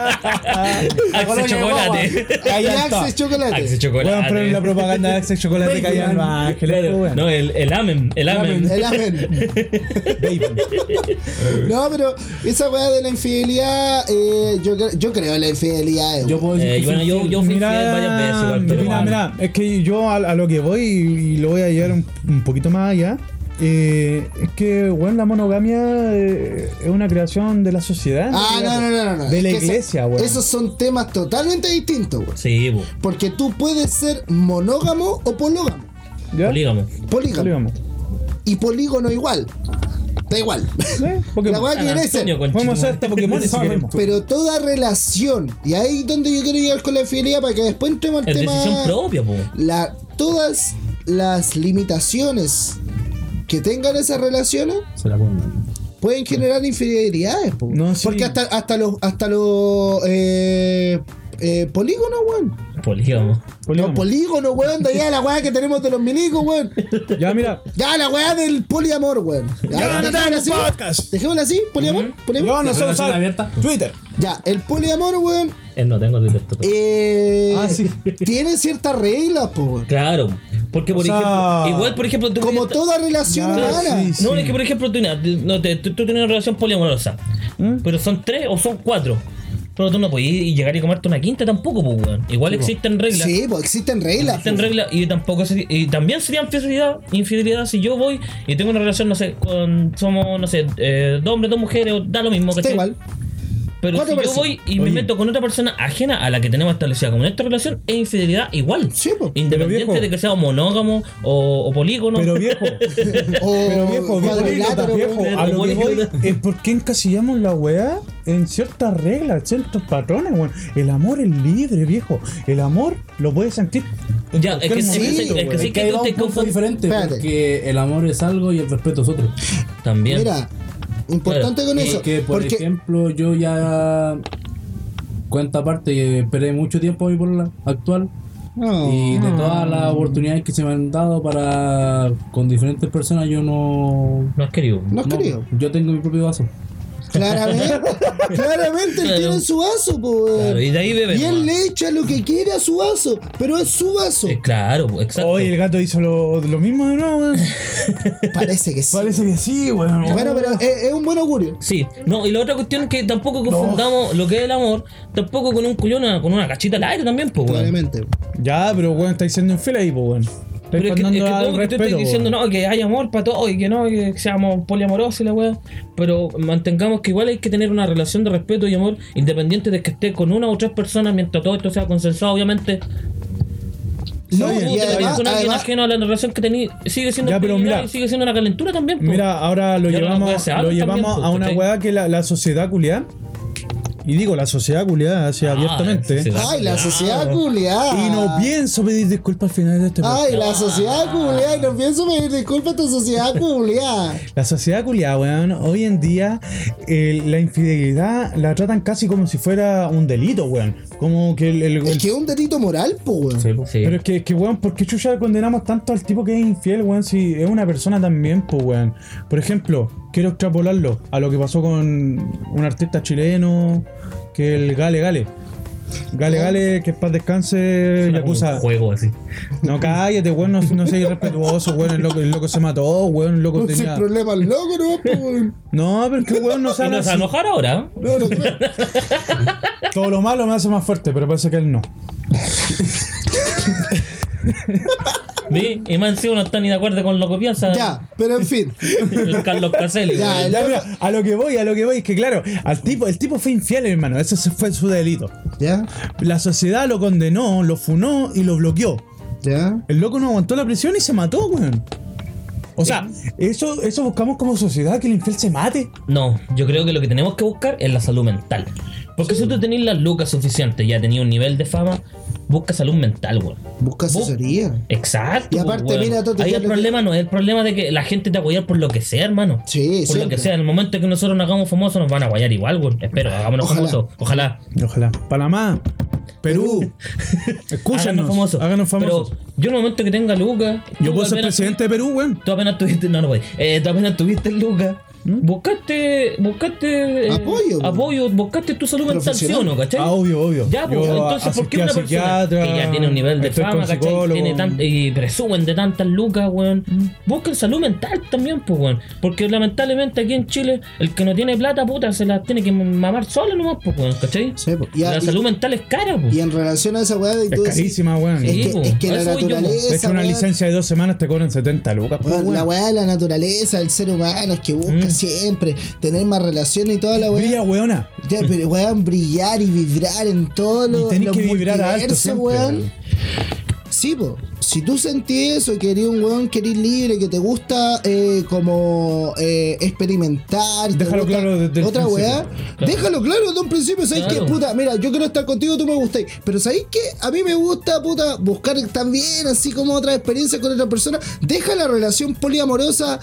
Axe Chocolate.
Ahí
Y
está.
Axe chocolate.
Axe Chocolate.
Weón, pero en la propaganda de Axe Chocolate caía en pues, los ángeles, po,
Claro.
weón.
No, el, el Amen. El Amen.
El amen.
Baby.
No, pero esa weá de la infidelidad, eh, yo, cre- yo creo en la infidelidad. eh,
Yo puedo decir
Eh,
que
bueno,
soy
yo,
fiel.
yo fui fiel varias veces igual, pero
mira,
bueno.
mira, es que yo a, a lo que voy y, y lo voy a llevar un, un poquito más allá. eh, es que, bueno, la monogamia eh, es una creación de la sociedad.
Ah, no, no, no, no. no.
De la
Es que esa-
iglesia, weón.
Esos son temas totalmente distintos, weón.
Sí, po,
Porque tú puedes ser monógamo o pológamo.
¿Ya?
polígamo.
Polígamo.
Polígamo.
Y polígono igual. Da igual.
Sí,
La weá
Pokémon.
que querés
Antonio,
ser.
con
Podemos hacer
Chico,
hasta Pokémon si queremos.
Pero toda relación, y ahí es donde yo quiero llegar con la infidelidad para que después entremos al
Es
tema.
decisión propia, po.
la, todas las limitaciones que tengan esas relaciones
Se la pongo.
pueden generar infidelidades, po.
No, sí.
porque hasta, hasta los hasta los eh, eh, polígonos, weón.
Polígamo.
Los polígonos, weón, de allá la weá que tenemos de los milicos, weón.
Ya, mira.
Ya la weá del poliamor, weón. Ya, dejémoslo así.
podcast.
Dejémoslo así, poliamor, poliamor.
Yo no sé
¿Relación
usar
abierta?
Twitter.
Ya, el poliamor, weón,
Él no tengo Twitter. todavía.
eh,
Ah, sí.
tiene ciertas reglas, po, weón.
Claro. Porque, por
O sea,
ejemplo, igual, por ejemplo, tú
Como
podías-
toda relación
Ya,
humana.
sí, sí.
No, es que por ejemplo tú, no, te- tú, tú tienes una relación poliamorosa,
¿Mm?
pero son tres o son cuatro. Pero tú no podés ir y llegar y comerte una quinta tampoco, pues, weón. Igual existen reglas.
Sí, pues existen reglas.
Existen reglas y tampoco se- y también sería infidelidad, infidelidad si yo voy y tengo una relación, no sé, con somos, no sé, eh, dos hombres, dos mujeres, o da lo mismo,
Está
¿cachai?
igual.
Pero si
Cuatro
yo
personas.
voy y me
Oye.
meto con otra persona ajena a la que tenemos establecida como nuestra relación, es infidelidad igual.
Sí, po.
Pero
Independiente
viejo-
de que sea monógamo o, o polígono.
Pero viejo.
O
Eh,
Pero viejo, viejo,
cuadrilátero,
viejo,
weón.
a lo que voy
Cuadrilátero.
es por qué encasillamos la weá en ciertas reglas, ciertos patrones, weón. El amor es libre, viejo. El amor lo puedes sentir. en
Ya, es
cualquier
que, sí,
momento,
es que- es que
weón.
sí
que
que
ahí
tú
va
te
un punto
confundes.
diferente
Espérate.
porque el amor es algo y el respeto es otro.
También.
Mira, importante con
Claro,
eso.
Porque, Eh, por
porque
ejemplo, yo ya cuenta aparte que esperé mucho tiempo a mi polola actual
No.
Oh.
y de todas las
Mm.
oportunidades que se me han dado para con diferentes personas yo no
No has querido.
no has
no,
querido.
yo tengo mi propio vaso.
Claramente. Claramente él
Claro.
tiene su vaso, po, weón.
Claro, y de ahí beben.
Y él le echa lo que quiere a su vaso, pero es su vaso.
Eh, Claro, po, exacto.
Oye, el gato hizo lo, lo mismo de nuevo, weón.
Parece que sí.
Parece que sí, weón.
Bueno, pero es, es un buen augurio.
Sí, no, y la otra cuestión es que tampoco confundamos lo que es el amor, tampoco con un culión, con una cachita al aire también, pues, weón.
Probablemente.
Ya, pero weón, estáis siendo un fila ahí, po, weón. Estáis
Pero es que, es que
faltando al
como que tú estás
respeto,
diciendo,
weón.
no, que hay amor para todo y que no, que seamos poliamorosos y la weá. Pero mantengamos que igual hay que tener una relación de respeto y amor independiente de que esté con una o tres personas mientras todo esto sea consensuado, obviamente.
No,
Tú
y
te metes
además,
con alguien
además-
ajeno a la relación que tení, sigue siendo
Ya, pero
infidelidad
mira.
y sigue siendo una calentura también. pues. po.
Mira, ahora lo
Ya, pero las
llevamos,
weas se
lo
hablan
llevamos
también,
a
po,
una
¿cachai?
weá que la, la sociedad culiá. Y digo, la sociedad culiá, así
Ah,
abiertamente.
sí, sí.
Ay, la sociedad culiada.
Y no pienso pedir disculpas al final de este podcast.
Ay, la sociedad culiada. Y no pienso pedir disculpas a tu sociedad culiada.
La sociedad culiá, weón, hoy en día eh, la infidelidad la tratan casi como si fuera un delito, weón. Como que el. el-
Es
el-
que es un delito moral, po, weón.
Sí, po.
Sí.
Pero es que, es que, weón, ¿por qué chucha condenamos tanto al tipo que es infiel, weón? Si es una persona también, pues, weón. Por ejemplo, quiero extrapolarlo a lo que pasó con un artista chileno, que el Gale Gale. Gale Gale, que en paz descanse, le acusa.
Un juego así.
No cállate, weón, no, no seas irrespetuoso, weón. El loco, el loco se mató, weón, el loco
Sin
tenía.
problemas, loco, no, po, weón.
No, pero es que, weón, no
¿Y
sabe.
nos vas a enojar ahora? ¿eh?
No, no, no.
Todo lo malo me hace más fuerte, pero parece que él no.
¿Ve? Y más encima no están ni de acuerdo con lo que piensa
Ya, pero en fin.
el Carlos Caselli.
Ya,
weón.
Ya, mira, a lo que voy, a lo que voy, es que claro, al tipo, el tipo fue infiel, hermano. Ese se- fue su delito.
Ya,
La sociedad lo condenó, lo funó y lo bloqueó.
ya.
El loco no aguantó la presión y se mató, weón. O sea, eso, eso buscamos como sociedad, que el infiel se mate.
No, yo creo que lo que tenemos que buscar es la salud mental. Porque si tú tenés las lucas suficientes, ya tenías un nivel de fama, busca salud mental, weón.
Busca asesoría.
Exacto. pues,
Y aparte,
weón.
mira, Toti,
Ahí
ya
el
lo que-
problema no es el problema de que la gente te apoya por lo que sea, hermano.
Sí,
Por lo
siempre.
que sea, en el momento que nosotros nos hagamos famosos, nos van a apoyar igual, weón. Espero, hagámonos
Ojalá.
famosos. Ojalá.
Ojalá. Panamá, Perú. Escúchanos.
Háganos famosos.
Háganos famosos.
Pero yo en el momento que tenga lucas.
Yo
tú
puedo ser
apenas-
presidente de Perú, weón.
Tú apenas tuviste, no, no voy. Eh, tú apenas tuviste lucas. Buscaste, buscaste eh,
¿Mm? Apoyo, weón.
apoyo, buscaste tu salud mental, ¿sí o no,
Profesional.
cachai?
Ah, obvio, obvio.
Ya, pues,
Yo
entonces, ¿por qué
asistí a
una persona
psiquiatra,
que ya tiene un nivel de
estoy
fama,
con
¿cachai?
psicólogo.
Tiene tan- y presumen de tantas lucas, weón?
¿Mm?
Busquen salud mental también, pues, weón. Porque lamentablemente aquí en Chile, el que no tiene plata, puta, se la tiene que mamar solo nomás, pues, weón, ¿cachai?
Sí, po. Y, a-
la
y-
salud mental es cara, pues.
y en relación a esa weá de
Es
tú decís,
carísima, weón.
Es
Sí,
que,
po.
es que
A
la
eso voy yo, po.
naturaleza.
Es que una
weón,
licencia de dos semanas te cobran 70 lucas. pues,
weón, la
weón. Mm.
weá de la naturaleza, el ser humano, es que busca siempre tener más relaciones y toda la weá.
Brilla, weona.
Ya, pero weón, brillar y vibrar en todo lo
Y tenés que vibrar alto
multiversos,
siempre.
weón.
weón.
Sí, po. Si tú sentís eso, que eres un weón que eres libre, que te gusta eh, como eh, experimentar, te
Déjalo
gusta
claro desde el
otra
principio.
weá, déjalo claro desde un principio, ¿sabes
Claro.
qué? Puta, mira, yo quiero estar contigo, tú me gustas. Pero ¿sabes qué? A mí me gusta, puta, buscar también así como otra experiencia con otra persona. Deja la relación poliamorosa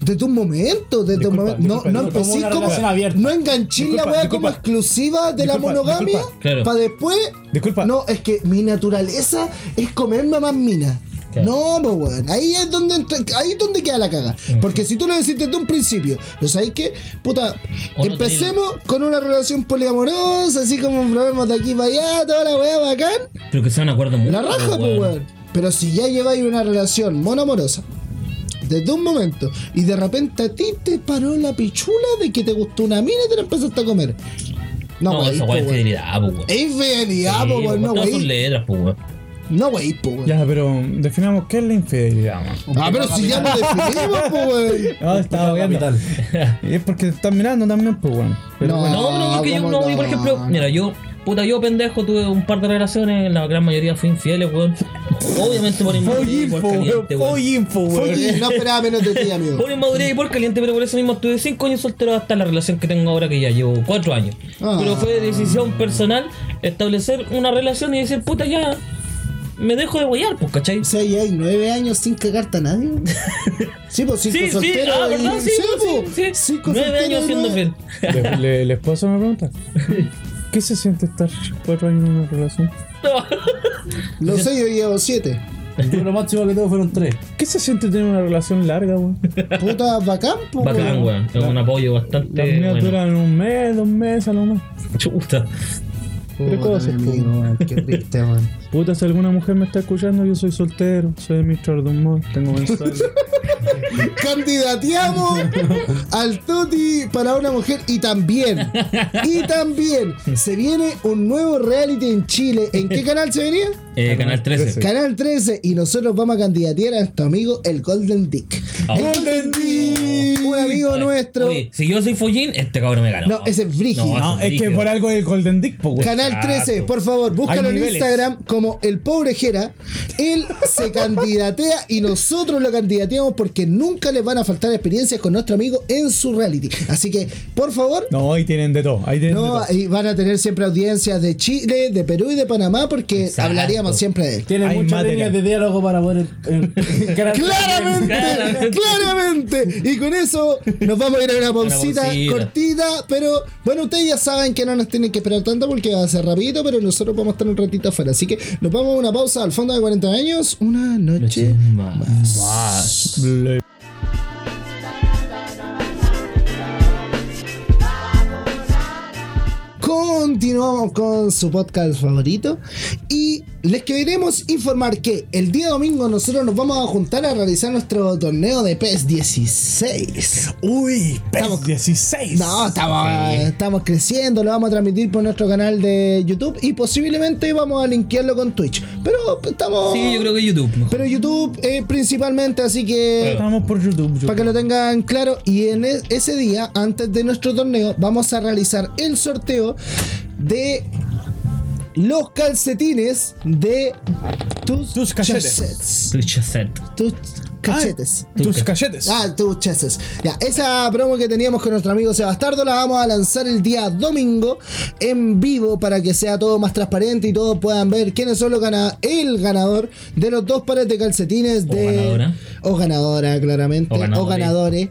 de tu momento, de tu
Disculpa,
momento. No,
disculpa,
no
disculpa,
empecéis
una
como,
relación abierta.
no enganché la
Disculpa,
weá como
disculpa.
exclusiva de la
Disculpa,
monogamia
disculpa.
Claro.
para después.
Disculpa.
No, es que mi naturaleza es comerme a más minas.
Claro.
No, pues weón, ahí es donde entra- ahí es donde queda la caga. Porque si tú lo decís desde un principio, pero sabéis que, puta,
O no
empecemos con una relación poliamorosa, así como probemos de aquí para allá, toda la weá bacán,
Pero que sea un acuerdo muy
la raja, pues weón. Pero si ya lleváis una relación monoamorosa, desde un momento, y de repente a ti te paró la pichula de que te gustó una mina y te la empezaste a comer. No,
No,
wey,
esa
po,
weón es
weón.
fidelidad, pues, weón.
Es infidelidad,
Sí,
po, weón, no,
todas son
wey.
letras, pues, weón.
No, wey, po, weón.
Ya, pero definamos qué es la infidelidad, man.
Ah, pero si ya lo definimos, po, weón.
No, estaba viendo.
Capital.
Y es porque te están mirando también, pues, weón. Pero
No.
bueno.
No, no, porque yo
Ah, ¿cómo
no, yo, por
no?
ejemplo, mira, yo, puta, yo pendejo, tuve un par de relaciones, la gran mayoría fui infieles, weón. Obviamente por
Fue
inmadurez y
info,
por
weón.
caliente, weón.
Fue info,
Oye,
weón.
no esperaba menos de ti, amigo.
Por inmadurez y por caliente, pero por eso mismo estuve 5 años soltero hasta la relación que tengo ahora que ya llevo 4 años.
Ah.
Pero fue decisión personal establecer una relación y decir, puta, ya me dejo de guayar, pues, ¿cachai?
O sea, ya hay nueve años sin cagarte a nadie. Sí, pues cinco
Sí, sí,
solteros.
ah, ¿verdad?
y-
Sí,
po,
sí, sí.
cinco
9
solteros
años
de
siendo
nueve.
fiel.
Le- le- ¿El esposo me pregunta? ¿Qué se siente estar cuatro años en una relación?
No.
Los seis yo llevo siete.
Yo lo máximo que tengo fueron tres.
¿Qué se siente tener una relación larga, weón?
Puta, bacán, po,
Bacán,
weón.
weón. Es un apoyo
Las
bastante.
mías
Bueno.
duran un mes, dos meses a lo más.
Chuta.
Puta,
Precoces,
mi amigo, weón, Qué triste, weón.
Puta, si alguna mujer me está escuchando, yo soy soltero, soy Mr. Dumont, tengo mensajes.
Candidateamos al Toti para una mujer y también, y también se viene un nuevo reality en Chile. ¿En qué canal se venía?
Eh, Canal 13.
Canal 13 y nosotros vamos a candidatear a nuestro amigo el Golden Dick.
Ah.
Golden Dick, un amigo nuestro.
Eh, Oye, si yo soy Follín, este cabrón me ganó.
No, ese es Brigi.
No,
No, es que por algo es el Golden Dick, po, weón.
Canal 13, por favor, búscalo
Pues Hay
en
niveles.
Instagram como el pobre Jera. Él se candidatea y nosotros lo candidateamos porque nunca les van a faltar experiencias con nuestro amigo en su reality. Así que, por favor,
No, ahí tienen de todo, ahí tienen de
no, eh,
todo.
y van a tener siempre audiencias de Chile, de Perú y de Panamá porque
Exacto.
hablaríamos siempre de él.
Tiene
Hay
muchas
material.
líneas de diálogo para poder. eh, encarar-
Claramente, claramente. Y con eso nos vamos a ir a una pausita
pausita.
cortita, pero bueno, ustedes ya saben que no nos tienen que esperar tanto porque va a ser rapidito, pero nosotros vamos a estar un ratito afuera. Así que nos vamos a una pausa al fondo de 40 años, una noche. Ah,
Más.
Ble-
Continuamos con su podcast favorito y les queremos informar que el día domingo nosotros nos vamos a juntar a realizar nuestro torneo de E PES 16.
Uy,
Estamos-
PES 16.
No, estamos, estamos creciendo, lo vamos a transmitir por nuestro canal de YouTube y posiblemente vamos a linkearlo con Twitch. Pero estamos.
Sí, yo creo que YouTube. mejor.
Pero YouTube eh, principalmente, así que.
Estamos por YouTube. yo-
Para que lo tengan claro, y en e- ese día, antes de nuestro torneo, vamos a realizar el sorteo de los calcetines de tus,
Tus cachetes.
chasets.
Twitch set.
Tus
Ah,
cachetes.
Tus cachetes.
Ah, tus chases. Ya, esa promo que teníamos con nuestro amigo Sebastardo la vamos a lanzar el día domingo en vivo para que sea todo más transparente y todos puedan ver quiénes son los gana el ganador de los dos pares de calcetines
O
de.
ganadora.
O ganadora, claramente.
O
O, ganadores.
ganadores.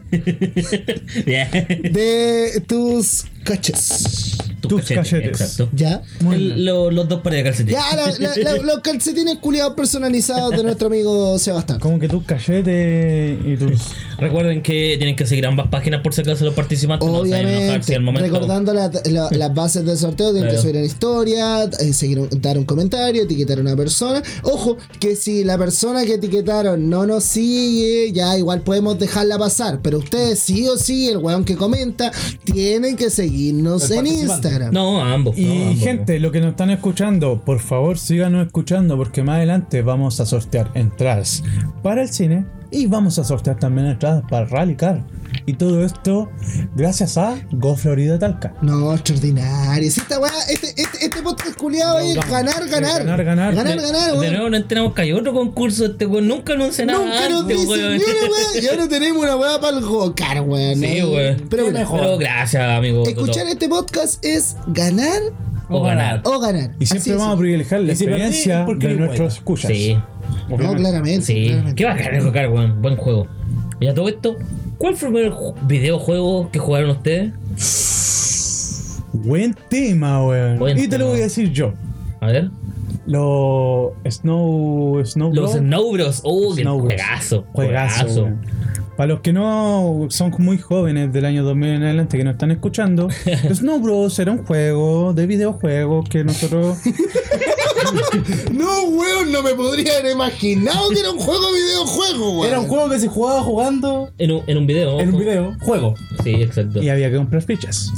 Bien.
De tus caches.
Tus
cachetes,
cachetes.
Exacto.
Ya.
El- lo- los dos pares de calcetines.
Ya, la- la- la- los calcetines culiados personalizados de nuestro amigo Sebastardo.
Como que tus cachetes y tus.
Recuerden que tienen que seguir ambas páginas por si acaso los participantes no saben enojar si
Obviamente,
al momento.
recordando la- la- las bases del sorteo, tienen que
Claro.
subir en historia, eh, seguir un- dar un comentario, etiquetar a una persona. Ojo, que si la persona que etiquetaron no nos sigue, ya igual podemos dejarla pasar. Pero ustedes sí o sí, el weón que comenta, tienen que seguirnos
El
en
participante.
Instagram.
No, a ambos.
Y
no, a ambos.
gente, lo que nos están escuchando, por favor síganos escuchando porque más adelante vamos a sortear entradas para el cine y vamos a sortear también entradas para Rally Car. Y todo esto gracias a Go Florida Talca.
No, extraordinario. Si esta weá, este, este, este podcast culiado es ganar, ganar.
Ganar, ganar.
Ganar,
De-
ganar,
De
weón.
nuevo no entrenamos que hay otro concurso este weón. Nunca anuncia nada.
Nunca nos
antes,
dicen ni una
weón.
weá. Y ahora tenemos una weá para el gocar, weón.
Sí,
¿no?
weón.
Pero bueno,
Pero gracias, amigo.
Escuchar este podcast es ganar
O ganar.
o ganar.
Y siempre
Así es.
vamos a privilegiar la
Y si perdí,
experiencia
¿por qué
de
no
nuestros
cuenta?
escuchas.
Sí.
No, claramente.
Sí,
claramente.
qué bacán es jugar, weón. Buen juego. Y a todo esto, ¿cuál fue el primer ju- videojuego que jugaron ustedes?
Buen tema, weón.
Buen
y te lo
tema.
voy a decir yo.
A ver.
Los Snow. Snow
Los
Bros.
Snow Bros. Oh, qué
Snow Bros.
juegazo.
Juegazo.
Juegazo.
weón. Para los que no son muy jóvenes del año 2000 en adelante que no están escuchando, Snow Bros era un juego de videojuegos que nosotros.
No, weón, no me podría haber imaginado que era un juego videojuego, weón.
Era un juego que se jugaba jugando
En un, en un video.
en un
ojo.
video. Juego.
Sí, exacto.
y había que comprar fichas.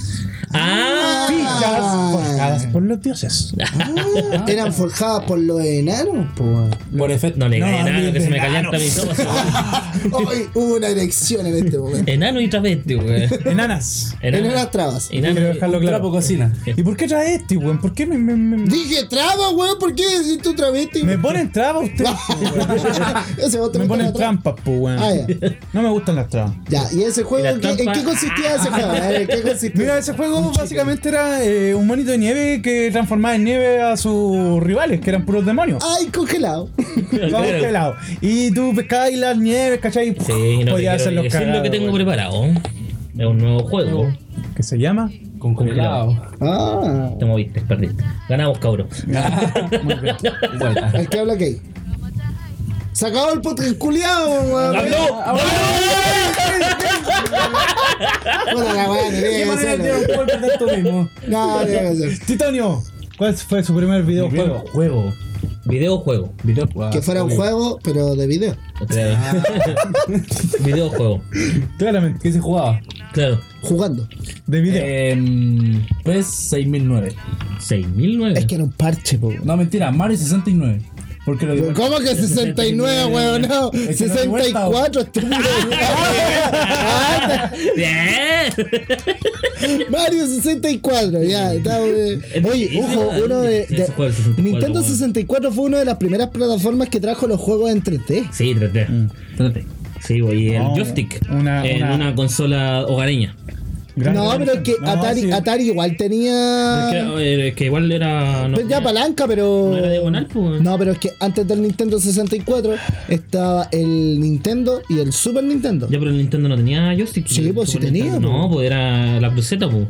Ah,
Fichas
Ah.
forjadas por los dioses.
Ah, eran forjadas por los enanos, po, weón.
Por efecto.
no le
No,
cae
a mí
enano, que
es
se me
enano.
calienta mi sopa.
Hoy hubo una erección en este momento.
Enano y travesti, weón.
Enanas.
Eran las trabas.
Enano.
Quiero dejarlo
Claro.
claro.
Trapo cocina.
¿Y por qué trae este, weón? ¿Por qué me, me, me-
Dije trabas, weón, ¿por qué decís tú travesti?
me ponen traba usted?
Ese otro
Me ponen
estaba atrás.
trampas, pues, weón.
Ah, ya.
No me gustan las trampas.
Ya, ¿y ese juego
Y la
en qué, en
trampa-
qué consistía ese juego? A ver, ¿en qué consistía?
Mira, ese juego básicamente era eh, un monito de nieve que transformaba en nieve a sus rivales, que eran puros demonios.
Ay, congelado.
Todo pelado. este Y tú pescabas y las nieves, ¿cachai?
Sí, no te
Podías hacer los
quiero decir lo que
cagados,
tengo
weón.
preparado. Es un nuevo juego.
¿Qué se llama?
Con congelado.
Ah.
Te moviste, perdiste. Ganamos, cabrón.
Muy bien.
Vuelta.
¿Al que habla gay? Se acabó el podcast culiado, weón. Puta la weá, tenía que hacerlo. No, tenía que hacerlo.
Titanio, ¿cuál fue su primer videojuego?
Juego.
Videojuego.
Videojuego.
Que fuera un juego, pero de video.
Videojuego.
Claramente,
¿Qué se jugaba?
Claro.
Jugando.
de video.
Eh,
Em, PES 6009.
6009.
Es que era un parche, po. weón.
No, mentira, Mario 69. Porque lo que
¿Cómo que 69, weón? No,
Es que no hay vuelta,
64, estúpido. Ah, Mario 64, ya. está, eh. Oye, ojo, uno de, de- Nintendo 64 fue una de las primeras plataformas que trajo los juegos en 3D.
Sí, 3D.
Espérate.
Sí, güey, y el
Mm, No,
joystick.
una-
en
una-
una, consola hogareña.
Grande
no, pero es que
No,
Atari,
sí.
Atari igual tenía.
Que, eh, que igual era.
Ah.
No,
Pues ya palanca, pero.
no era diagonal, pues.
No, pero es que antes del Nintendo 64 estaba el Nintendo y el Super Nintendo.
Ya, pero el Nintendo no tenía joystick.
Sí,
El
pues, sí
Super
tenía,
Nintendo-
pues.
No, pues era la cruceta, pues.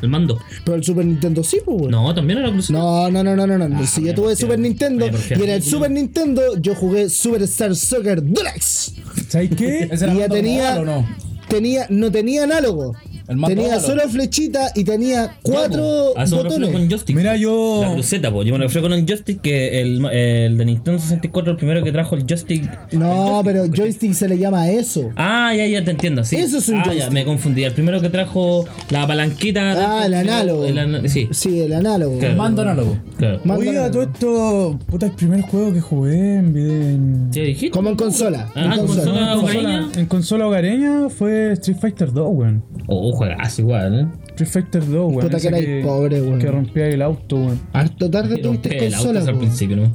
El mando.
Pero el Super Nintendo sí, pues. weón.
No, Ah, también era cruceta.
No, no, no, no, no, no. si yo
vaya
tuve
por
Super
fiar-
Nintendo
vaya por
y
fiar.
en el Super Nintendo yo jugué Super Star Soccer Deluxe.
¿Sabes qué?
¿Ese era
Y ya
mando
tenía-
normal o no?
Tenía, no tenía análogo.
El mando
Tenía
análogo.
solo flechita y tenía cuatro
Ah, eso me refiero con
botones.
joystick.
Mira, yo.
La cruceta, pues. Yo me refiero con el joystick que el, el de Nintendo 64, el primero que trajo el joystick.
No, pero joystick se le llama a eso.
Ah, ya, ya te entiendo, sí.
Eso es un
ah, ya,
joystick.
me confundí. El primero que trajo la palanquita.
Ah, el análogo.
El ana- sí,
Sí, el análogo.
Claro.
Mando análogo.
claro.
Mando
Oiga,
análogo.
todo esto. Puta, el primer juego que jugué en. vide- en-
¿Ya dijiste?
Como en consola.
Ah,
en
en
consola.
consola.
en
hogareña?
en consola hogareña fue Street Fighter 2, weón.
Oh, juegas igual, ¿eh?
Street Fighter 2, weón.
Puta, que
ese
erais pobre, weón.
Que rompía el auto, weón.
Harto tarde
Pero
tuviste
el auto
consola.
es al
weón.
principio, ¿no?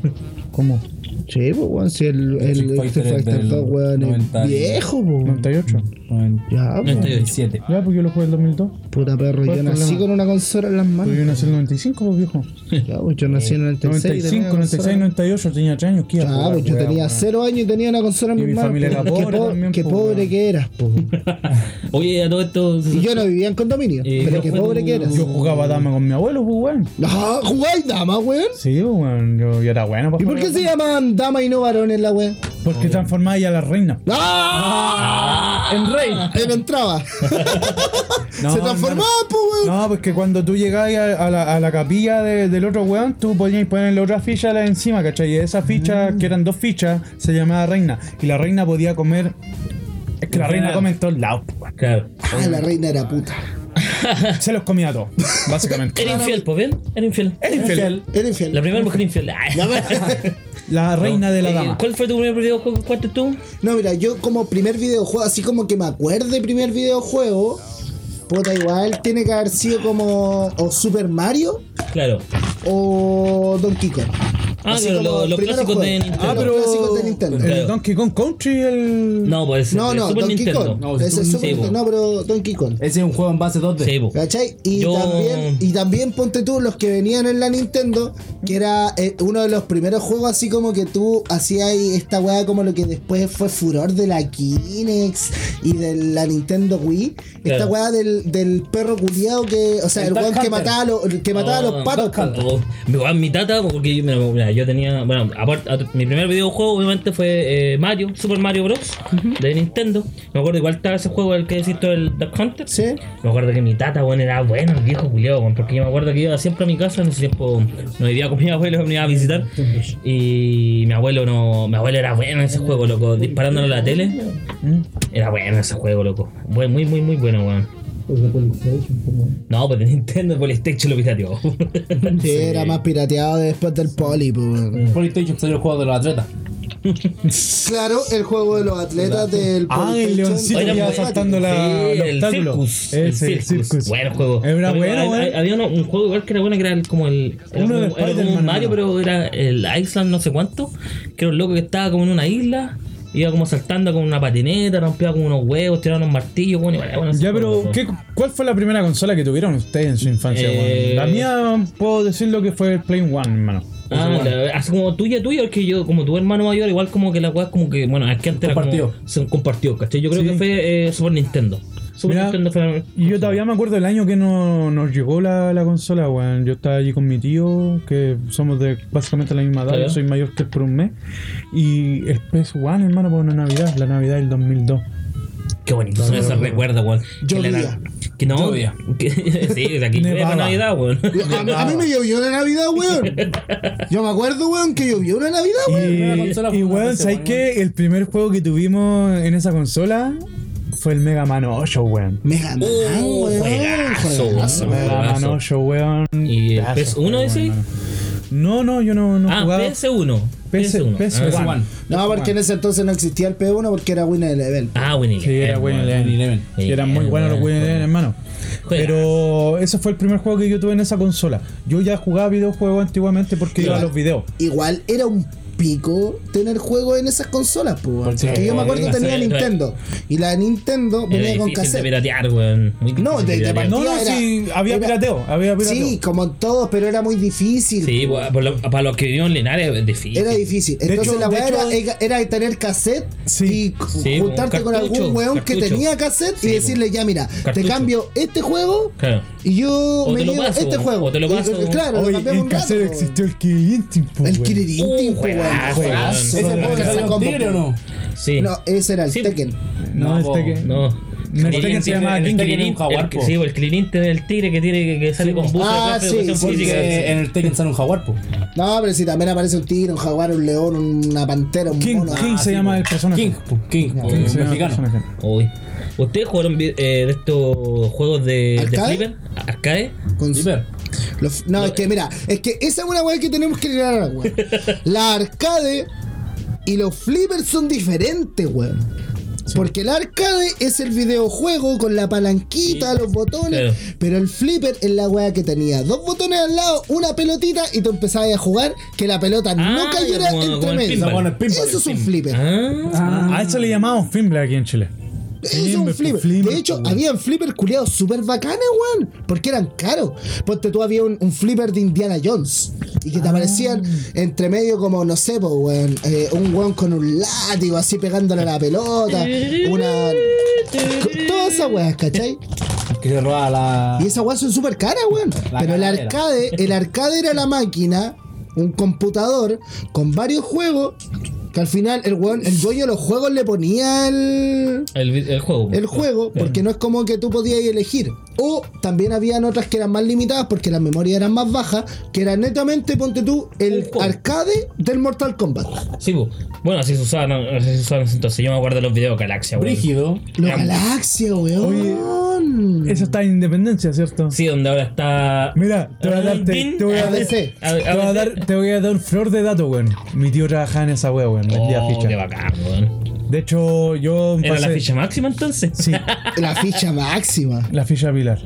¿Cómo?
Sí, pues, weón, si el, el
Street
Street
Fighter es
Fighter
del
2, weón, es
90 y-
viejo, pues, weón.
98.
Ya, pues.
98.
97.
Ya, porque yo lo jugué en 2002.
Puta perro,
¿Cuál
yo
es el
nací
problema?
con una consola en las
Pero
manos.
yo nací en el 95, pues, viejo.
Ya, pues, yo nací en el 96.
95, 96, 98. Tenía 3 años. ¿Qué iba a
Ya,
jugar,
pues yo
weón,
tenía
weón?
0 años y tenía una consola en
Y
mis
mi
manos.
familia era
pues,
pobre
qué
también,
qué
pues,
pobre
weón.
que eras, pues.
Oye, a todo esto.
Y yo no vivía en condominio,
Eh,
pero
yo
qué
fui-
pobre que eras.
Yo jugaba dama con mi abuelo, pues, weón.
Ah, jugáis dama, weón.
Sí, pues, weón. Yo, yo era bueno. pues,
¿Y por qué se llaman dama y no varones la weón?
Porque transformaba ya a la reina.
¡Ah!
En Rey.
Él entraba.
No,
se transformaba, pues, weón.
No, pues que cuando tú llegabas a, a la, a la capilla de- del otro weón, tú podías ponerle otra ficha a la encima, ¿cachai? Y esa ficha,
Mm.
que eran dos fichas, se llamaba reina. Y la reina podía comer. Es que la reina come en todos lados. pues, weón.
Claro.
Ah, la reina era puta.
Se los comía a todos, básicamente.
Era infiel, pues, ¿ven? Era infiel.
Era infiel.
Era infiel.
La primera mujer infiel. Ah.
Ya, pero-
La reina de la
Eh,
dama.
¿Cuál fue tu primer videojuego? ¿Cuál tú?
No, mira, yo como primer videojuego, así como que me acuerde primer videojuego, puta, igual tiene que haber sido como o Super Mario
Claro.
o Donkey Kong.
Ah,
Así
claro,
como
lo- los
primeros
clásicos de
juegos.
Nintendo.
Ah, pero... Los clásicos de Nintendo.
El Donkey Kong Country, el.
No, pues.
No,
el
no,
Super
Donkey
Nintendo.
Kong.
No,
Ese es
Super
Super
Nintendo.
Nintendo. No, pero Donkey Kong.
Ese es un juego en base 2D.
Sí, po.
¿Cachai? Y,
Yo-
también, y también ponte tú los que venían en la Nintendo, que era eh, uno de los primeros juegos así como que tú hacías ahí esta weá como lo que después fue furor de la Kinex y de la Nintendo Wii. Esta
Claro.
weá del, del perro culiado que, o sea,
El
el
Duck
weón que
Hunter.
mataba, a los- el que mataba a los patos. po.
Oh, mi, weón, mi tata, porque yo, mira, mira, yo tenía. Bueno, aparte, a- mi primer videojuego obviamente fue eh, Mario, Super Mario Bros. de Nintendo. Me acuerdo igual estaba ese juego, el que decís tú, el Duck Hunter.
Sí.
Me acuerdo que mi tata, weón, era bueno, el viejo culiao, weón, porque yo me acuerdo que iba siempre a mi casa, en ese tiempo no vivía con mi abuelo, me iba a visitar. Y mi abuelo no. Mi abuelo era bueno en ese juego, loco, disparándolo a la tele. Era bueno ese juego, loco. Muy, muy, muy, muy bueno, weón. No, pues de Nintendo, PlayStation lo pirateó.
Sí, era más pirateado después del poli, po, weón.
PlayStation salió el juego de los atletas.
Claro, el juego de los atletas del
Ah, el
PlayStation.
leoncito
Oigan,
ya
pues,
saltando la,
Sí,
el
el
obstáculo.
Circus.
Ese,
el Circus. Buen juego.
Era
Había-
bueno,
hay-
bueno.
hay- Había uno- un juego igual que era bueno, que era el- como el. Era
Uno de
como, era como
Spider-Man,
un Mario,
hermano.
pero era el Island no sé cuánto. Que era un loco que estaba como en una isla. Iba como saltando con una patineta, rompía con unos huevos, tiraba unos martillos, bueno, igual era bueno ese
Ya,
juego,
pero ¿qué, ¿cuál fue la primera consola que tuvieron ustedes en su infancia? weón?
Eh,
La mía, puedo decir lo que fue el Play One, hermano.
Ah, la- así como tuya, tuya, porque yo, como tu hermano mayor, igual como que la weá, como que, bueno, es que antes era como-
Compartió.
se compartió, ¿cachai? Yo creo
Sí.
que fue eh, Super Nintendo. Super
Mira,
Nintendo fue la-
Y yo todavía me acuerdo del año que no, nos llegó la, la consola, weón. Yo estaba allí con mi tío, que somos de básicamente la misma edad,
Claro.
yo soy mayor que él por un mes. Y el PS One, hermano, por una Navidad, la Navidad del 2002.
Qué bonito son esos recuerdos, weón. Que la-
Llovía.
Que no.
Llovía.
que- sí, o sea, aquí llueve
Nevaba.
para Navidad, weón.
A, a mí me llovió una Navidad, weón. Yo me acuerdo, weón, que llovió una Navidad,
Y,
weón.
Ah, la consola fue
y,
una
weón,
PC,
¿sabes
weón?
qué? El primer juego que tuvimos en esa consola fue el Mega Man 8, weón.
Mega Man,
Uh,
weón.
juegazo,
Juegazo.
weón.
Mega Man
Juegazo.
8, weón.
¿Y eh, el
Pedazo,
PS1
weón,
ese?
hermano. No, no, yo no, no
Ah,
jugaba.
PS1.
PS-
PS1.
PS1.
Ah,
One.
No, porque en ese entonces no existía el P1 porque era Winner Level.
Ah, bueno.
Sí, era Winning Eleven.
Winning Eleven.
Sí, eran muy buenos los Winning Eleven, hermano.
Juega.
Pero ese fue el primer juego que yo tuve en esa consola. Yo ya jugaba videojuegos antiguamente porque iba a los videos.
Igual era un pico tener juegos en esas consolas, pues. weón.
Porque-
Porque yo me acuerdo que
Sí,
tenía
sí.
Nintendo. Y la Nintendo venía con
difícil de
cassette.
piratear, weón. Muy
No,
difícil
de, de
piratear.
partida
No, no,
era-
sí, había
era-
pirateo, había pirateo.
Sí, como en todos, pero era muy difícil.
Sí, por- por lo- para los que vivimos en Linares es difícil.
Era difícil.
De
Entonces
hecho-
la
de
weá
hecho-
era, era tener cassette
Sí.
y
Sí,
juntarte
un
con
cartucho,
algún weón que
cartucho.
tenía cassette
Sí,
y decirle, ya mira, te
cartucho.
cambio este juego
Claro.
y yo
te
me
lo
llevo
paso,
este juego.
o te lo
Y-
paso.
y- claro, lo
Hoy
cambiamos
en
un rato.
casero existió el Killer Instinct, po,
El
weón.
Killer Instinct,
Uh,
po, weón.
juegazo,
Juegazo,
weón.
weón.
Ese
Ese
¿Era un
combo,
tigre o no?
Sí.
No, ese era el
Sí.
Tekken.
No,
No,
este
po.
que. No,
No.
este el Tekken
Clinin-
se llamaba
el
King.
Clinin-
Tekken es un jaguar,
el-
po.
Sí, po, el clininte del tigre que tiene que, que sale con buzo de
Ah,
clase de
sí,
educación
sí,
Porque
física.
en el Tekken sale un jaguar, po.
No, pero si también aparece un tigre, un jaguar, un león, una pantera, un
King,
mono.
King se
sí,
llama
po.
el personaje.
King, po, King,
King
po,
se
un
llama el
mexicano.
personaje.
Uy. ¿Ustedes jugaron vi- eh, de estos juegos de, de
¿Arcade?
Flipper? ¿Arcade?
Con-
Flipper.
los- no, es que mira, es que esa es una weá que tenemos que aclarar, weón. La arcade y los flippers son diferentes, weón. Porque el arcade es el videojuego con la palanquita, los botones.
Claro.
Pero el flipper es la weá que tenía dos botones al lado, una pelotita y tú empezabas a jugar que la pelota
Ah,
no cayera
como- como
entre
el
medio.
pinball.
Bueno, el pinball.
Eso es un flipper.
Ah,
A eso le llamamos Fimble aquí en Chile.
Eso es
Flimber,
un flipper.
Flimber,
de hecho,
weón.
habían flippers culiados súper bacanes, weón. Porque eran caros. Ponte tú, había un, un flipper de Indiana Jones. Y que te aparecían entre medio como, no sé, po, weón. eh, un weón con un látigo así pegándole a la pelota. Una. Todas esas weas, ¿cachai?
Que se roba la.
Y esas weas son súper caras, weón.
La
Pero el
calavera.
arcade, el arcade era la máquina, un computador con varios juegos. Que al final el weón, el dueño de los juegos le ponía el
el, vi- el juego. po.
el juego, porque no es como que tú podías elegir. O también habían otras que eran más limitadas porque las memorias eran más bajas, que era netamente, ponte tú, el
Un juego.
arcade del Mortal Kombat.
Sí, po. Bueno, así se usaban, así se usaban entonces. Yo me acuerdo de los videos Galaxia, weón.
Brígido.
Los Galaxia, weón.
Eso está en Independencia, ¿cierto?
Sí, donde ahora está.
Mira, te voy a dar- te- te voy a-
ABC.
A ver,
Te voy, a dar, te voy a dar un flor de dato, weón. Mi tío trabajaba en esa wea, weón. Vendía
Oh, qué
fichas.
bacán, weón.
De hecho, yo
¿Era la
pasé-
ficha máxima entonces?
Sí,
La ficha máxima.
la ficha Pilar.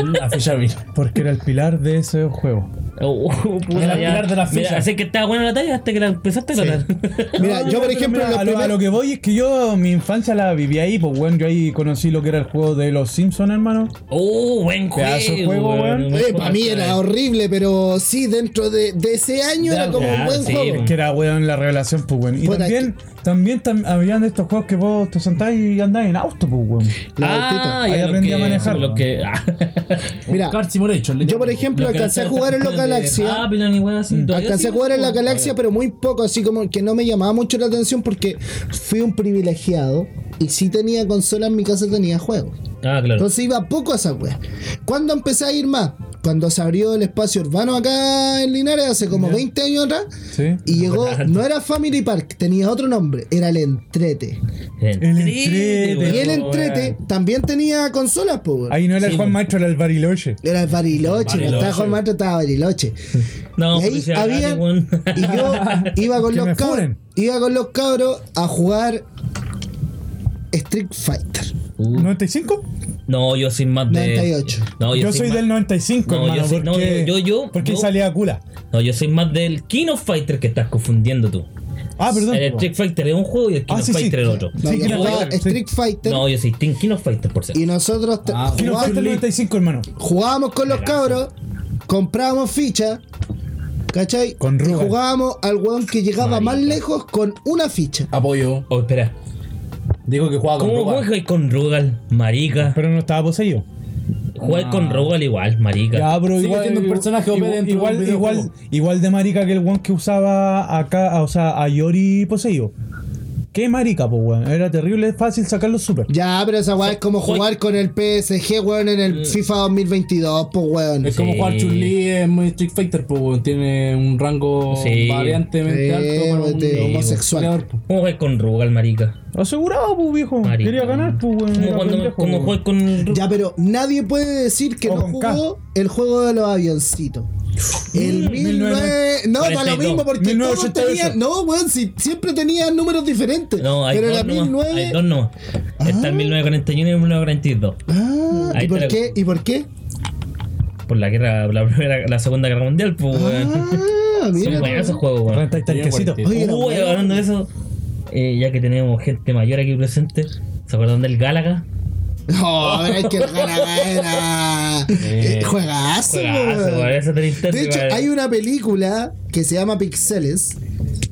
La ficha mira.
Porque era el pilar de ese juego.
Oh, oh, puta,
Era el
ya.
pilar de la
Mira,
ficha.
así que estaba buena la talla hasta que la empezaste a tratar.
Mira,
No,
yo por
pero
ejemplo,
mira,
los
a, lo, a lo
primeros-
que voy es que yo mi infancia la viví ahí, pues bueno, yo ahí conocí lo que era el juego de los Simpsons, hermano.
oh, buen juego.
Pedazo de juego, weón.
Buen
Eh,
juego,
para mí era horrible, pero sí, dentro de, de ese año
Ya,
era como un
ya,
buen
sí,
juego.
po.
Que era weón la revelación, pues weón. Y
Puta,
también, también tam- habían de estos juegos que vos te sentás y andás en auto, pues weón.
La autita.
Ah, ya
Ahí
lo
aprendí
que-
a manejar.
Lo que, ah,
Mira,
Car Simulator. le
yo por
llaman.
ejemplo
lo que
alcancé a jugar en los
de Ah,
Galaxia. Mm.
Babylon y weón así, todavía
Alcancé a
sigue,
jugar en la
weón.
galaxia, pero muy poco, así como que no me llamaba mucho la atención porque fui un privilegiado y si tenía consola en mi casa tenía juegos.
Ah, claro.
Entonces iba poco a esa wea. ¿Cuándo empecé a ir más? Cuando se abrió el espacio urbano acá en Linares, hace como 20 años atrás.
Sí.
Y llegó, no era Family Park, tenía otro nombre, era el Entrete.
El
Entrete,
entrete.
Y el
weón.
Entrete también tenía consolas, po, weón.
Ahí no era el
pues.
Juan Maestro, era el Bariloche.
Era el Bariloche, no
Bariloche.
estaba Juan Maestro, estaba Bariloche.
No,
y ahí
policía,
había,
dale, weón.
y yo iba con
Que
los
me
cabros,
funen.
iba con los cabros a jugar Street Fighter.
¿95?
No, yo soy más de.
98.
No, yo,
Yo soy
más-
del 95,
No, yo
hermano.
soy- no,
porque-
yo- yo- yo-
Porque
yo-
salía Cula.
No, yo soy más del Kino Fighter que estás confundiendo tú.
Ah, perdón.
El Street Fighter es un juego y el Kino
Ah, sí, sí.
Fighter es el otro.
No,
Sí,
yo
Kino
jugaba
Fighter, sí.
Street Fighter
No, yo soy Team Kino Fighter por ser.
y nosotros te-
Ah,
Que no
jugá-
fue hasta el 95, hermano.
jugábamos con los cabros, comprábamos fichas. ¿Cachai?
Con
y
Rugal.
jugábamos al weón que llegaba más
Marica.
lejos con una ficha.
Apoyo.
Oh, espera.
Dijo que jugaba con
¿Cómo
Rugal.
juegas con Rugal, marica?
Pero no estaba poseído.
Jugar con Rugal igual, marica.
Ah. Ya, pero
Sigue
igual.
siendo un personaje OP
igual,
dentro
igual,
del videojuego.
igual, igual de marica que el one que usaba acá, ah, o sea, a Yori poseído. Qué marica, pues, weón. Era terrible, fácil sacar los super.
Ya, pero esa weá es como
Jue-
jugar con el PSG, weón, en el FIFA 2022, pues weón.
Es como
Sí.
jugar Chun-Li en Street Fighter, pues weón. tiene un rango
Sí.
variantemente
Sí,
alto para
weón, de
un
homosexual.
peleador, po.
¿Cómo juegas con Rugal, marica?
Asegurado, pues, viejo.
Marica.
Quería ganar, pues, weón.
Como
Era
cuando
pendejo,
como
weón.
juegas con Rugal.
Ya, pero nadie puede decir que
O
no
Oh, con K. Mm,
jugó el juego de los avioncitos. El 19... No, da lo
42.
mismo porque todos
1988.
tenían... No, weón, si, siempre tenían números diferentes.
No, hay
pero
dos
la
nomás, Hay
1009...
dos nomás. Está el 1941 y el 1942.
Ah, ¿y
Ahí
por
te la-
qué? ¿Y por qué?
Por la guerra, la, primera, la segunda guerra mundial, pues, weón.
Ah,
Son
mira.
buenos esos juegos, weón.
Renta y talquecito.
Bien,
Oye, la
Uy,
weá.
hablando de eso, eh, ya que tenemos gente mayor aquí presente, ¿se acuerdan del Gálaga?
No, pero es que el ganadera.
Eh,
Juegazo,
Juegazo,
weón.
weón, esa tristeza,
De hecho,
weón.
hay una película que se llama Pixeles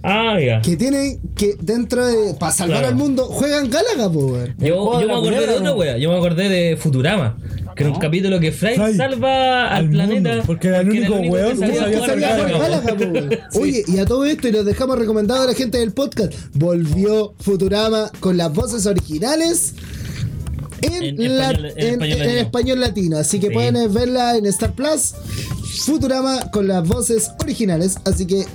Ah, ya.
que tiene que dentro de. Para salvar
Claro.
al mundo, juegan Gálaga, po, weón.
Yo, yo me acordé de otra wea, yo me acordé de Futurama, que era un capítulo que Fry,
Fry
salva al,
al
planeta.
mundo, porque era el único weón que
sabía
sabía
jugar
jugar
Sabía
al
jugar
Gálaga.
Gálaga, po, weón. Oye, y a todo esto, y los dejamos recomendado a la gente del podcast. Volvió Futurama con las voces originales. En,
En
la-
español- en
en-
español
en- en
latino.
español latino, así que
Sí.
pueden eh, verla en Star Plus Futurama con las voces originales, así que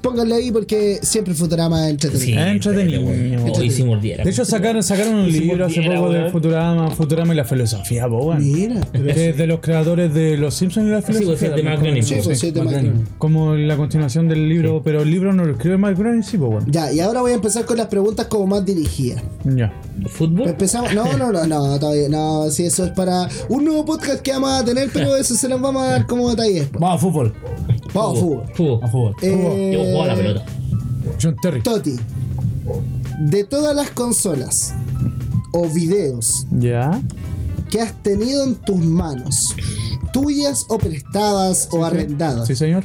pónganle ahí porque siempre Futurama es entretenido.
Sí,
Entretenido.
weón. Hoy se mordiera.
Ah, De hecho, sacaron, sacaron un libro hace
pudiera,
poco de
weón.
Futurama, Futurama y la filosofía, po, weón.
Mira, pero-
Que es de los creadores de Los Simpsons y la
pues,
filosofía.
es de
también,
Mark Groening,
Sí,
Sí,
pues, sí, te
bacán.
imagino.
Como la continuación del libro, pero el libro no lo escribe Mark Groening, sí, pues, weón.
Ya, y ahora voy a empezar con las preguntas como más dirigidas.
Ya.
Pues
¿Fútbol?
Empezamos. No, no, no, no, todavía. No, si eso es para un nuevo podcast que vamos a tener, pero eso se los vamos a dar como detalle después.
Vamos a fútbol.
Vamos, fútbol.
A
Fútbol.
fútbol.
Eh,
Yo juego a la pelota.
John Terry.
Toti, de todas las consolas o videos
Ya.
que has tenido en tus manos, tuyas o prestadas o arrendadas,
Sí, señor.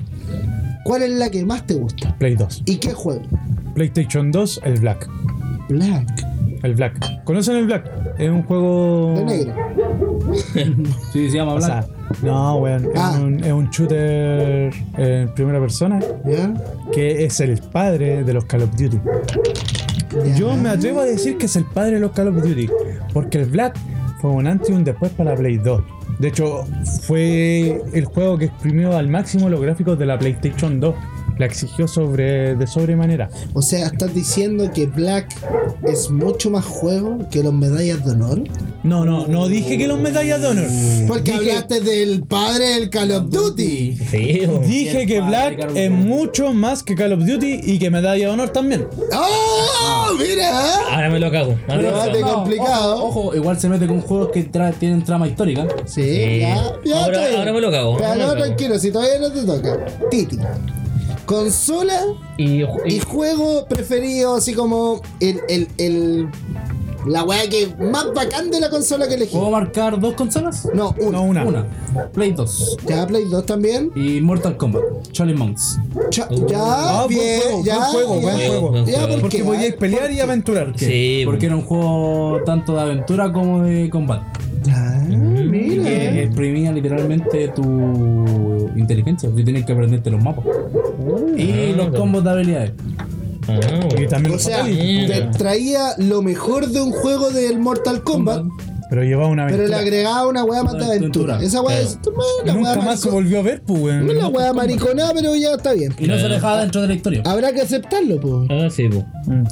¿cuál es la que más te gusta?
Play 2.
¿Y qué juego?
PlayStation 2, el Black.
Black,
El Black. ¿Conocen el Black? Es un juego.
de negro.
Sí, se llama
O sea,
Black.
no, weón. Es,
Ah.
un, es un shooter en primera persona
¿Ya?
que es el padre de los Call of Duty.
Ya.
Yo me atrevo a decir que es el padre de los Call of Duty, porque el Black fue un antes y un después para la Play 2. De hecho, fue el juego que exprimió al máximo los gráficos de la PlayStation 2. La exigió sobre, de sobremanera.
O sea, ¿estás diciendo que Black es mucho más juego que los medallas de honor?
No, no, no dije que los medallas de honor.
Porque hablaste del padre del Call of Duty.
Sí, weón.
Dije que Black es mucho más que Call of Duty y que medalla de honor también.
¡Oh! ¡Mira!
Ahora me lo cago. Ahora me
Pero-
lo cago.
bastante complicado.
Ojo, ojo, igual se mete con juegos que tra- tienen trama histórica.
Sí,
Sí.
ya, ya
Ahora-
está bien.
ahora me lo cago,
Ya,
ahora me
no,
lo cago.
tranquilo, si todavía no te toca. Titi. Consola
Y,
y
y-
juego preferido, así como el, el, el- la weá que más bacán de la consola que elegí.
¿Puedo marcar dos consolas?
Oh, No, una.
No,
Ah.
una.
Una. Play 2.
Ya Play 2 también.
Y Mortal Kombat. Charlie Monks.
Cha-
Oh.
ya,
Ah, buen
bien,
juego,
ya,
buen juego,
ya,
buen
juego.
Ya, ¿por
Porque
qué?
podíais pelear y aventurarte.
sí,
Porque
weón.
era un juego tanto de aventura como de combate.
Ah,
Que
mira.
exprimía literalmente tu inteligencia. Tú tenías que aprenderte los mapas. y
ah,
los
bueno.
combos de habilidades.
Ah,
Y
weón.
también
O
los
sea,
fatalities,
te
weón.
traía lo mejor de un juego del Mortal Kombat,
Pero llevaba una
pero le
aventura.
agregaba una weá más de
Una aventura.
aventura. Esa weá
Claro.
es. La weá
Nunca más se
maricona.
volvió a ver, pues, weón.
No es la weá mariconada, pero ya está bien.
Y no se alejaba dentro de la historia.
Habrá que aceptarlo, po.
Ah, sí, po.
Mm.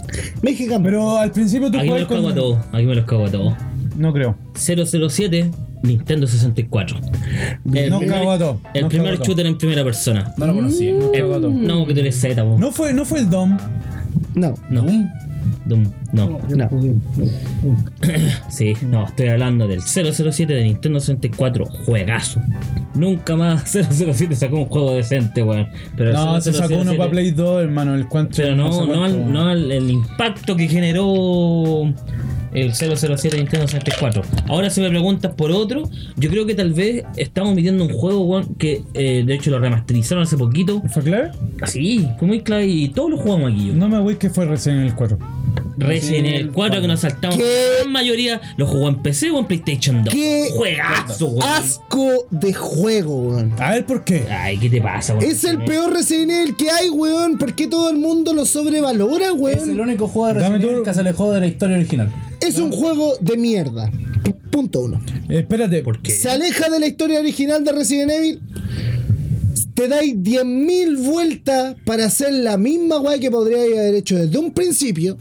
Mexicano.
Pero al principio tú
Aquí me
juegas
los cago a todos. Aquí me los cago a todos.
No creo.
007 Nintendo 64. El
No,
primer,
cago a todo.
el
No,
primer
cago a todo.
shooter en primera persona.
No lo conocía.
El- no, que tú eres Z, po.
No fue, no fue el Dom.
No,
No. Doom, no.
no.
Sí, no, estoy hablando del 007 de Nintendo 64. Juegazo. Nunca más 007 sacó un juego decente, weón. Pero el
No, se sacó uno
007
para Play 2, hermano. El cuanto.
Pero no,
sé
no,
cuánto.
al- no al- el impacto que generó el 007 de Nintendo 64. Ahora si me preguntas por otro, yo creo que tal vez estamos midiendo un juego weón, que eh, de hecho lo remasterizaron hace poquito.
¿Fue clave?
Sí, fue muy clave y todos lo jugamos aquí. yo.
No me voy que fue recién en el 4.
Resident Evil 4 que nos saltamos.
¿Qué?
La gran mayoría lo jugó en PC o en PlayStation 2.
¿Qué? Ah,
Juegazo, weón.
Asco de juego, weón.
A ver por qué.
Ay, ¿qué te pasa, weón?
Es el peor Resident Evil que hay, weón. ¿Por qué todo el mundo lo sobrevalora,
Es el
weón?
único juego de
Dame
Resident
tú-
Evil que se alejó de la historia original.
Es un juego de mierda. P- Punto uno.
Espérate.
¿Por qué?
Se aleja de la historia original de Resident Evil. Te dais 10.000 vueltas para hacer la misma weá que podría haber hecho desde un principio.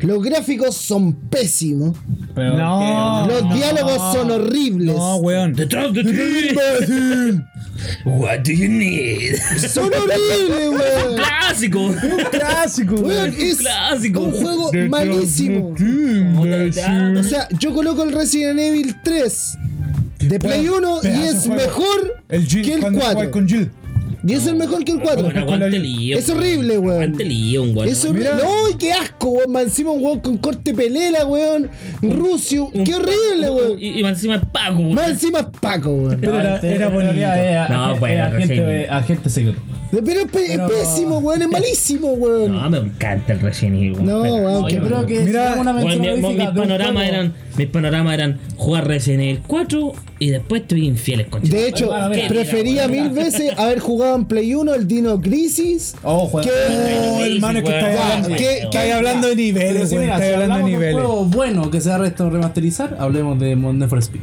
Los gráficos son pésimos.
Pero
No.
Los
no,
diálogos son horribles.
Ah. No, weón.
Detrás de ti. What do you need?
Son horribles, weón.
Clásico.
Clásico,
Weón,
weón.
es
clásico.
un juego malísimo. O sea, yo coloco el Resident Evil 3 de Play
Weón,
1 y
pedazo
es
de juego.
mejor
El Jill,
que el
cuando jugáis
4.
con Jill.
Y es el mejor que el 4.
Bueno, aguante
Es
Leon,
es horrible, weón.
Aguante Leon, weón.
Eso
Mira.
no, y qué asco, weón. Más Encima un weón con corte pelela, weón. Rusio, qué horrible, weón.
Y, y más encima es pago, weón.
Más encima es Paco, weón.
Pero era, era bonito.
No,
No,
bueno, Resident Evil.
agente, agente secreto.
Pero es, pe- es
Pero-
pésimo, weón. Es malísimo, weón.
No, me encanta el Resident Evil, weón.
No, weón, qué
Yo creo que
Mira,
si hago una
Bueno,
mención
mi- mi- mis,
honorífica de un
panoramas
juego-
eran, mis panoramas eran jugar Resident Evil 4 y después estoy infieles con
De hecho,
Bueno, mira,
prefería mil veces haber jugado en Play 1 el Dino Crisis.
Oh, juego.
que-
Oh, hermano, es que
Weón,
estáis
weón,
hablando,
weón.
estáis hablando de
Pero
niveles,
si
weón.
mira,
Estáis
si
hablando de
hablamos de un
niveles.
juego bueno que se va a resto- remasterizar, hablemos de Modern for Speed.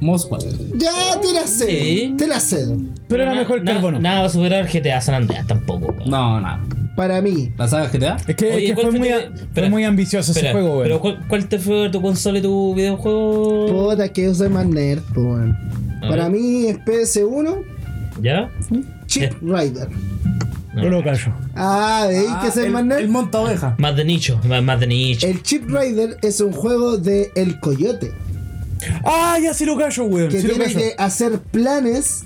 Most Wanted.
Ya te la cedo.
Sí.
Te la cedo.
Pero era
na-
mejor que
na-
el bono.
Nada va a superar GTA San Andreas tampoco, weón.
No, no.
Para mí.
¿La saga GTA?
Es que, es
Oye,
que
¿cuál
fue,
fue
muy,
tu-
a- fue
espera,
muy ambicioso
Espera,
ese juego, weón.
pero ¿cuál, cuál te fue tu consola y tu videojuego?
Puta, es que yo soy más nerd, po, weón.
A
Para
ver.
mí es PS1,
¿Ya?
Chip Rider.
Yo lo callo.
Ah, ¿veis que soy
el,
más nerd?
el monta oveja.
Más de nicho, más, más de nicho.
El Chip Rider es un juego de El Coyote.
Ah, ya sí lo callo, weón.
que
Sí lo
tiene
callo.
que hacer planes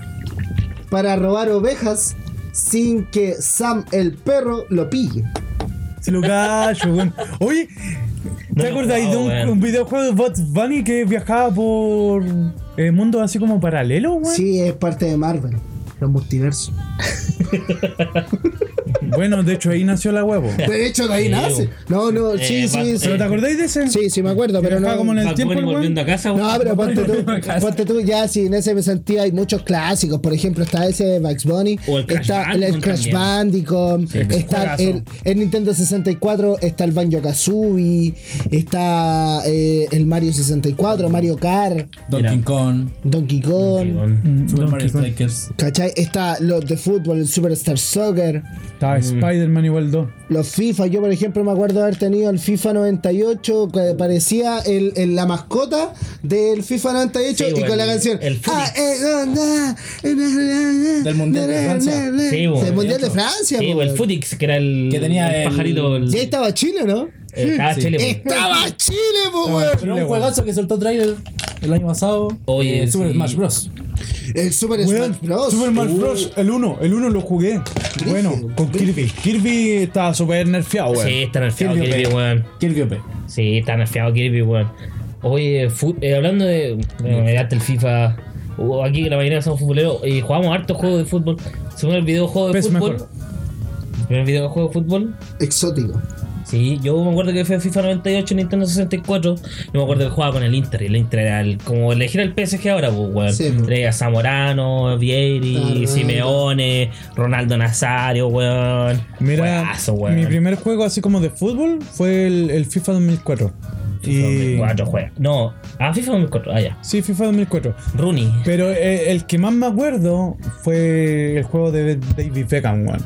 para robar ovejas sin que Sam el perro lo pille.
Sí lo callo, weón. Oye,
No
¿te
lo
acordáis de
jugaba,
un,
weón.
un videojuego de Bugs Bunny que viajaba por eh, mundos así como paralelos, weón?
Sí, es parte de Marvel, los multiversos.
Bueno, de hecho ahí nació la huevo.
De hecho, de ahí
Sí,
nace. No, no,
eh,
sí,
va-
sí, sí.
¿Pero te acordáis de ese?
Sí, sí, me acuerdo, pero
Viajaba
no.
como en el
Bad
tiempo,
Bunny
el weón.
volviendo a casa,
No,
weón.
pero ponte tú, ponte tú, ya si en ese me sentía hay muchos clásicos, por ejemplo está ese de Bugs Bunny,
O el Crash
está el, el
Bandicoot
Crash
también.
Bandicoot, está
juegazo.
el, el Nintendo 64, está el Banjo Kazooie, está eh, el Mario 64, Mario Kart,
Donkey Kong,
Donkey
Sí,
Kong,
weón.
Mm, Donkey
Super
Kong.
Mario Strikers.
¿cachai? Está los de fútbol, el Superstar Soccer,
Mm.
Estaba Spider-Man igual 2.
los FIFA, yo por ejemplo me acuerdo haber tenido el FIFA 98, que parecía el, el- la mascota del FIFA 98
Sí,
y
bueno,
con la canción.
el Fénix.
Ah, eh, na, na, na, na,
Del Mundial de
na,
Francia.
na, na.
Sí, bueno,
Del Mundial de
eso.
Francia.
Sí,
po,
o el
weón.
Futix, que era el,
Que tenía
el
el-
pajarito. El,
Y ahí estaba Chile, ¿no?
estaba
Sí.
Chile, weón.
Estaba Chile, po, weón.
Pero
Chile,
un juegazo que soltó trailer el año pasado.
Oye,
eh, Super
sí.
Smash Bros.
El Super
Weón,
Smash Bros. Uh,
Super Smash Bros. El 1, el 1 lo jugué. Bueno, con Kirby. Kirby estaba súper nerfeado, weón.
Sí, está nerfeado
Kirby,
Kirby,
weón.
weón.
Kirby OP.
Sí, está nerfeado Kirby, weón. Oye, fu- eh, hablando de. Bueno, me gasta el FIFA. Uh, aquí la mayoría somos futboleros y jugamos hartos juegos de fútbol. Según el videojuego de
PES
fútbol.
mejor.
Primer videojuego de fútbol.
Exótico.
Sí, yo me acuerdo que fue FIFA 98, Nintendo 64. Yo me acuerdo que jugaba con el Inter. Y el Inter era el- como elegir el PSG ahora, pues, weón.
Sí, pues.
Tenía a Zamorano,
Ah,
Vieri,
Claro.
Simeone, Ronaldo Nazario, weón.
Mira,
Juegazo, weón.
mi primer juego así como de fútbol fue el, el FIFA 2004. Y-
2004 juega. No, ah, FIFA 2004, ah, ya.
Sí, FIFA 2004.
Rooney.
Pero eh, el que más me acuerdo fue el juego de David Beckham, weón.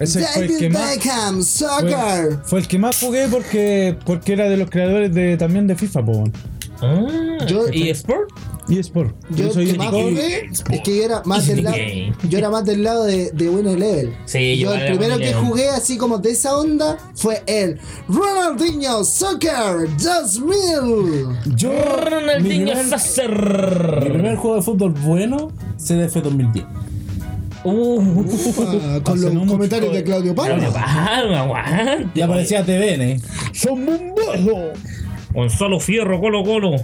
Ese fue el que
David
más.
Beckham,
fue-
Soccer.
Fue el que más jugué porque, porque era de los creadores de, también de FIFA, po, weón.
Ah,
Yo-
¿Y Sport?
Y Sport.
Yo,
soy
que más
Sport.
jugué es que yo era más del lado,
Game.
yo era más del lado de, de Winner Level.
Sí, yo
yo el
era
primero
Winner
que
Level.
jugué así como de esa onda fue el Ronaldinho Soccer 2000.
Yo.
Ronaldinho
primer- Ah, Mi
Sasser.
primer juego de fútbol bueno, CDF 2010.
Uh,
Ah, con
Hace
los
no mucho,
comentarios de
eh,
Claudio
Claudio
Palma.
Palma, weón.
Y aparecía TVN.
¡Son bomboso!
Gonzalo Fierro, Colo Colo.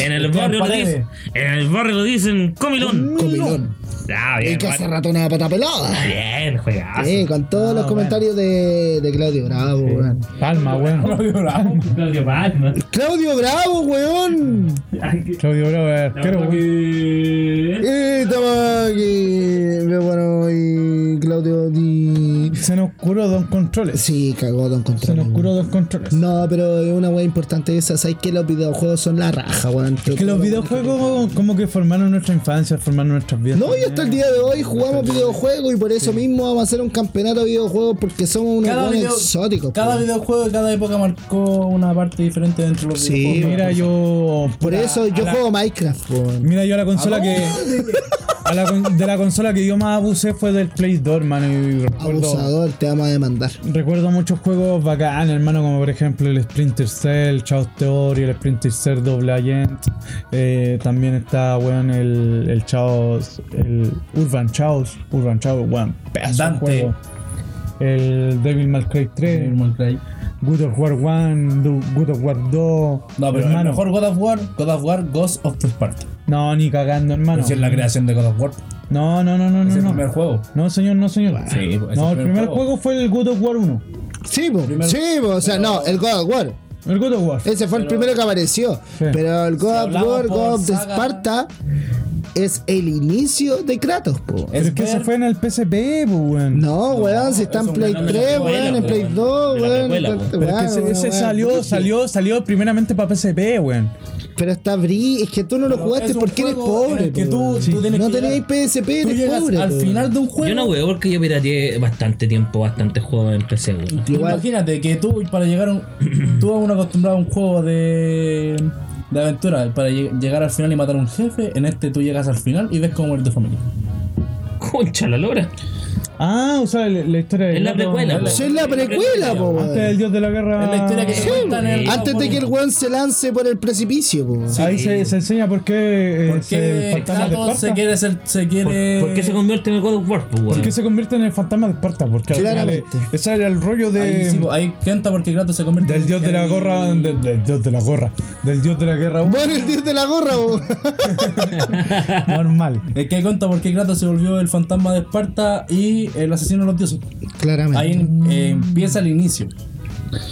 En el
Esteban
barrio lo
Paredes.
dicen, en el barrio lo dicen Comilón.
Comilón.
Ah,
Y
bien.
que hace
bueno.
rato una pata pelada.
Bien, juegazo.
Sí, con todos
Ah,
los
bueno.
comentarios de, de Claudio Bravo, weón.
Palma, weón.
Claudio Bravo.
Claudio Palma.
Claudio Bravo, weón.
Ay, que-
Claudio Bravo, es
la
arquero,
verdad
weón.
que-
Eh, Estamos aquí. Pero Bueno, y Claudio Di.
Se nos curó dos controles.
Sí, cagó Don
Se
Control.
nos curó dos controles.
No, pero es una weá importante esa. ¿Sabes que los videojuegos son la raja, weón?
Que los videojuegos como que formaron nuestra infancia, formaron nuestras vidas.
No, y hasta el día de hoy jugamos videojuegos y por eso mismo vamos a hacer un campeonato de videojuegos porque somos unos
Cada,
weones
video-
exóticos.
cada
po.
videojuego de cada época marcó una parte diferente dentro de los
Sí,
videojuegos.
Mira, yo.
Por
puta,
eso yo
a la-
juego Minecraft, weón.
Mira, yo a la consola que. a la con- de la consola que yo más abusé fue del Play 2, hermano. Y recuerdo,
Abusador, te vamos a demandar.
recuerdo muchos juegos bacanes, hermano, como por ejemplo el Splinter Cell, Chaos Theory, el Splinter Cell Double Agent. Eh, también está, weón, el, el Chaos. El Urban Chaos. Urban Chaos, weón, pedazo de
Dante.
juego. El Devil May Cry 3,
Devil May Cry.
Good of War 1, Do- Good of War 2.
No, pero el
hermano. Ah,
mejor God of War, God of War Ghost of the Sparta.
No, ni cagando, hermano.
Es la creación de God of War.
No, no, no, no,
Es
no.
el
no.
primer juego.
No, señor, no, señor.
Sí, es el
no, el
primer
primer
juego.
juego fue el God of War 1.
Sí, po.
Primero-
Sí, po. O sea, no, el God of War.
El God of War.
Ese fue el
Pero-
primero que apareció. Pero el God of
hablamos
War,
por
God of the
saga-
Sparta, es el inicio de Kratos, po.
Pero es que
ver-
ese fue en el PSP, po, weón.
No, weón, si está en
es un
Play
gran
3,
precuela,
weón, en Play
weón.
2,
Pero la
weón.
precuela,
tanto-
Pero es que ese,
weón,
ese
weón.
salió, salió, salió primeramente para PSP, weón.
Pero está Bri, es que tú no lo
Pero
jugaste
es un
porque eres
juego en el
pobre,
que
po,
tú-
weón.
tú tienes
No
que
tenías
llegar-
PSP,
Tú
eres
llegas
pobre.
al
po,
final de un juego.
Yo no huevo porque yo pirateé bastante tiempo, bastante juego en PC, weón.
weón. Igual,
Imagínate que tú para llegar a un, tú a un acostumbrado a un juego de, de aventura, para lleg- llegar al final y matar a un jefe, en este tú llegas al final y ves cómo muere tu familia.
Concha la lora.
Ah, o sea, la, la historia de.
Es la precuela,
Sí, es la precuela, po,
Antes del
weón.
dios de la guerra.
Es la historia que te cuentan en el
Ah, Antes de que el weón se lance por el precipicio, po. weón.
Ahí se, se enseña por qué. eh,
¿Por
se-
qué
fantasma de
Kratos se
Esparta.
quiere ser, se
¿Por,
quiere
por qué se convierte en el God of War, pues,
¿Por
weón?
qué se convierte en el fantasma de Esparta? Porque al final, eh,
Claramente.
ese era el rollo de.
ahí, sí, po, ahí cuenta porque Kratos se convierte
Del
en-
dios de la
en-
gorra. Del, del dios de la gorra. Del dios de la guerra.
Bueno, el dios de la gorra, po.
Normal.
Es que ahí cuenta por qué Kratos se volvió el fantasma de Esparta y el asesino de los dioses. Ahí
Claramente.
eh, empieza el inicio.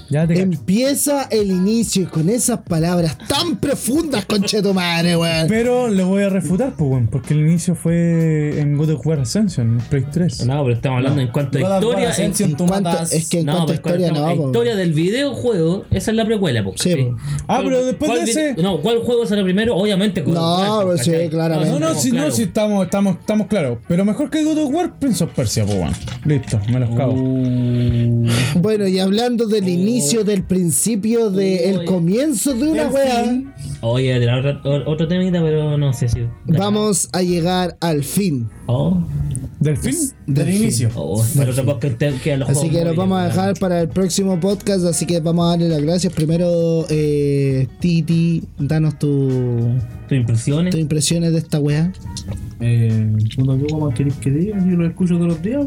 Ya te
Em,
cacho.
Empieza el inicio y con esas palabras tan profundas, conchetumare, weón.
Pero le voy a refutar, pues, weón, porque el inicio fue en God of War Ascension, en Play 3.
No, pero estamos hablando en cuanto a
God of War
historia. en-
Ascension,
En
tú
cuanto-
matas-
es que en cuanto a
pero
historia
estamos-
no,
la
po.
historia del videojuego, esa es la precuela, po,
Sí,
¿cachai?
po.
Ah,
¿Cuál-
pero después
cuál
de
vide-
ese-
No, ¿cuál juego sale primero? Obviamente God of
No,
War, po,
pues sí,
¿cachai?
claramente.
No, no,
estamos
si no,
claros.
si estamos, estamos, estamos claros. Pero mejor que God of War, Prince of Persia, pues, weón. Listo, me los cago.
Uh,
Bueno, y hablando del inicio, del principio, del
Uy.
comienzo de una
Del
weá,
fin.
Oye, era otra- o- otro temita, pero no sé si.
vamos a llegar al fin.
Oh,
¿Del fin?
Del
fin.
inicio.
oh, pero tampoco que te- que a los
Así
juegos
que nos
móviles,
vamos a
weón.
dejar para el próximo podcast, así que vamos a darle las gracias. Primero, eh, Titi, danos tu-
Tus impresiones.
tus impresiones de esta weá.
Eh, puta, ¿qué más queréis que diga? Yo lo escucho todos los días.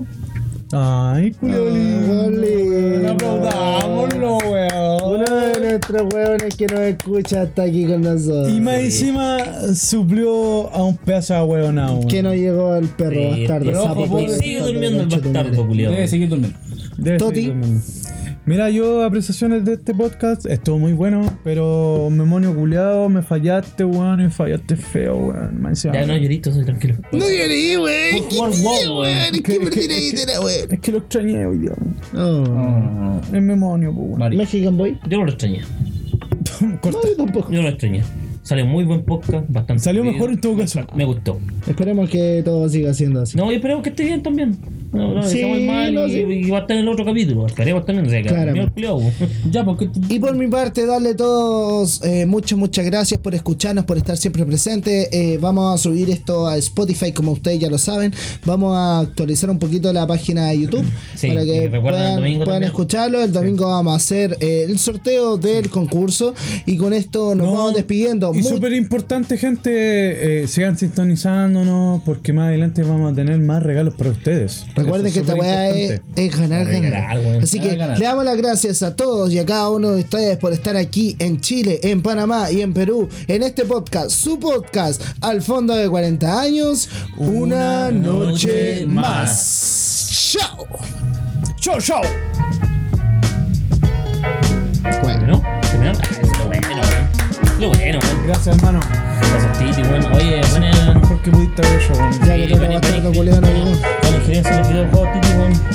Ah,
Ay, culioli. Aplaudámoslo, weón.
Uno de nuestros huevones que nos escucha está aquí con
Y
nosotros.
más encima suplió a un pedazo de weonado, weón.
Que no llegó el perro
Sí,
bastardo.
Eh, pero
sapo
ojo,
pobre,
sigue
bastardo,
durmiendo el
conchetumare.
bastardo, culiao.
Debe seguir durmiendo.
Debe ser
Toti.
tremendo. Mira, yo apreciaciones de este podcast, estuvo muy bueno, pero memonio culeado, me fallaste, weón, y fallaste feo, weón. más encima.
Ya no llorito, soy tranquilo.
No lloré, wey. ¿Qué
War, war,
tiene,
wey.
wey? ¿Qué perdí la guitarra, wey?
Es que lo extrañé hoy día. weón.
Oh.
El memonio, pues, weón.
Vale.
Mexican Boy.
Yo no lo extrañé.
No, yo tampoco.
Yo no lo extrañé. Salió muy buen podcast, bastante.
Salió
fluido.
mejor en todo caso.
Me gustó.
Esperemos que todo siga siendo así.
No, y esperemos que esté bien también. No, no,
Sí,
estamos mal
no,
y,
sí.
y va a estar en el otro capítulo. Esperemos también. O sea, que
Claramente.
mira el culiao, po.
Ya, porque tú-
Y por mi parte, darle a todos eh, muchas, muchas gracias por escucharnos, por estar siempre presente. Eh, vamos a subir esto a Spotify, como ustedes ya lo saben. Vamos a actualizar un poquito la página de YouTube
Sí,
para
y
que
recuerden el
puedan,
domingo
puedan
también.
escucharlo. El domingo vamos a hacer eh, el sorteo del concurso y con esto nos
No,
vamos despidiendo.
Y
Mu-
súper importante, gente, eh, sigan sintonizándonos, porque más adelante vamos a tener más regalos para ustedes.
Recuerden
Eso
que
es
esta
súper
weá es,
importante.
es ganar, ganar.
ganar, weón.
Así que
Ganar, ganar.
le damos las gracias a todos y a cada uno de ustedes por estar aquí en Chile, en Panamá y en Perú, en este podcast, su podcast, al fondo de 40 años, una,
Una
noche
noche
más. ¡Chao!
¡Chau, chau!
Bueno,
¿No? ¿Terminaron? Ah, eso es lo bueno, weón. Lo bueno, weón.
Gracias, hermano.
Gracias, Titi, weón. Oye, buena. eh,
Mejor que pudiste haber hecho, weón.
ya que
Sí,
tú te
bueno,
vas a estar
bueno,
reculeando,
Con la injerencia en los videojuegos, Titi, weón.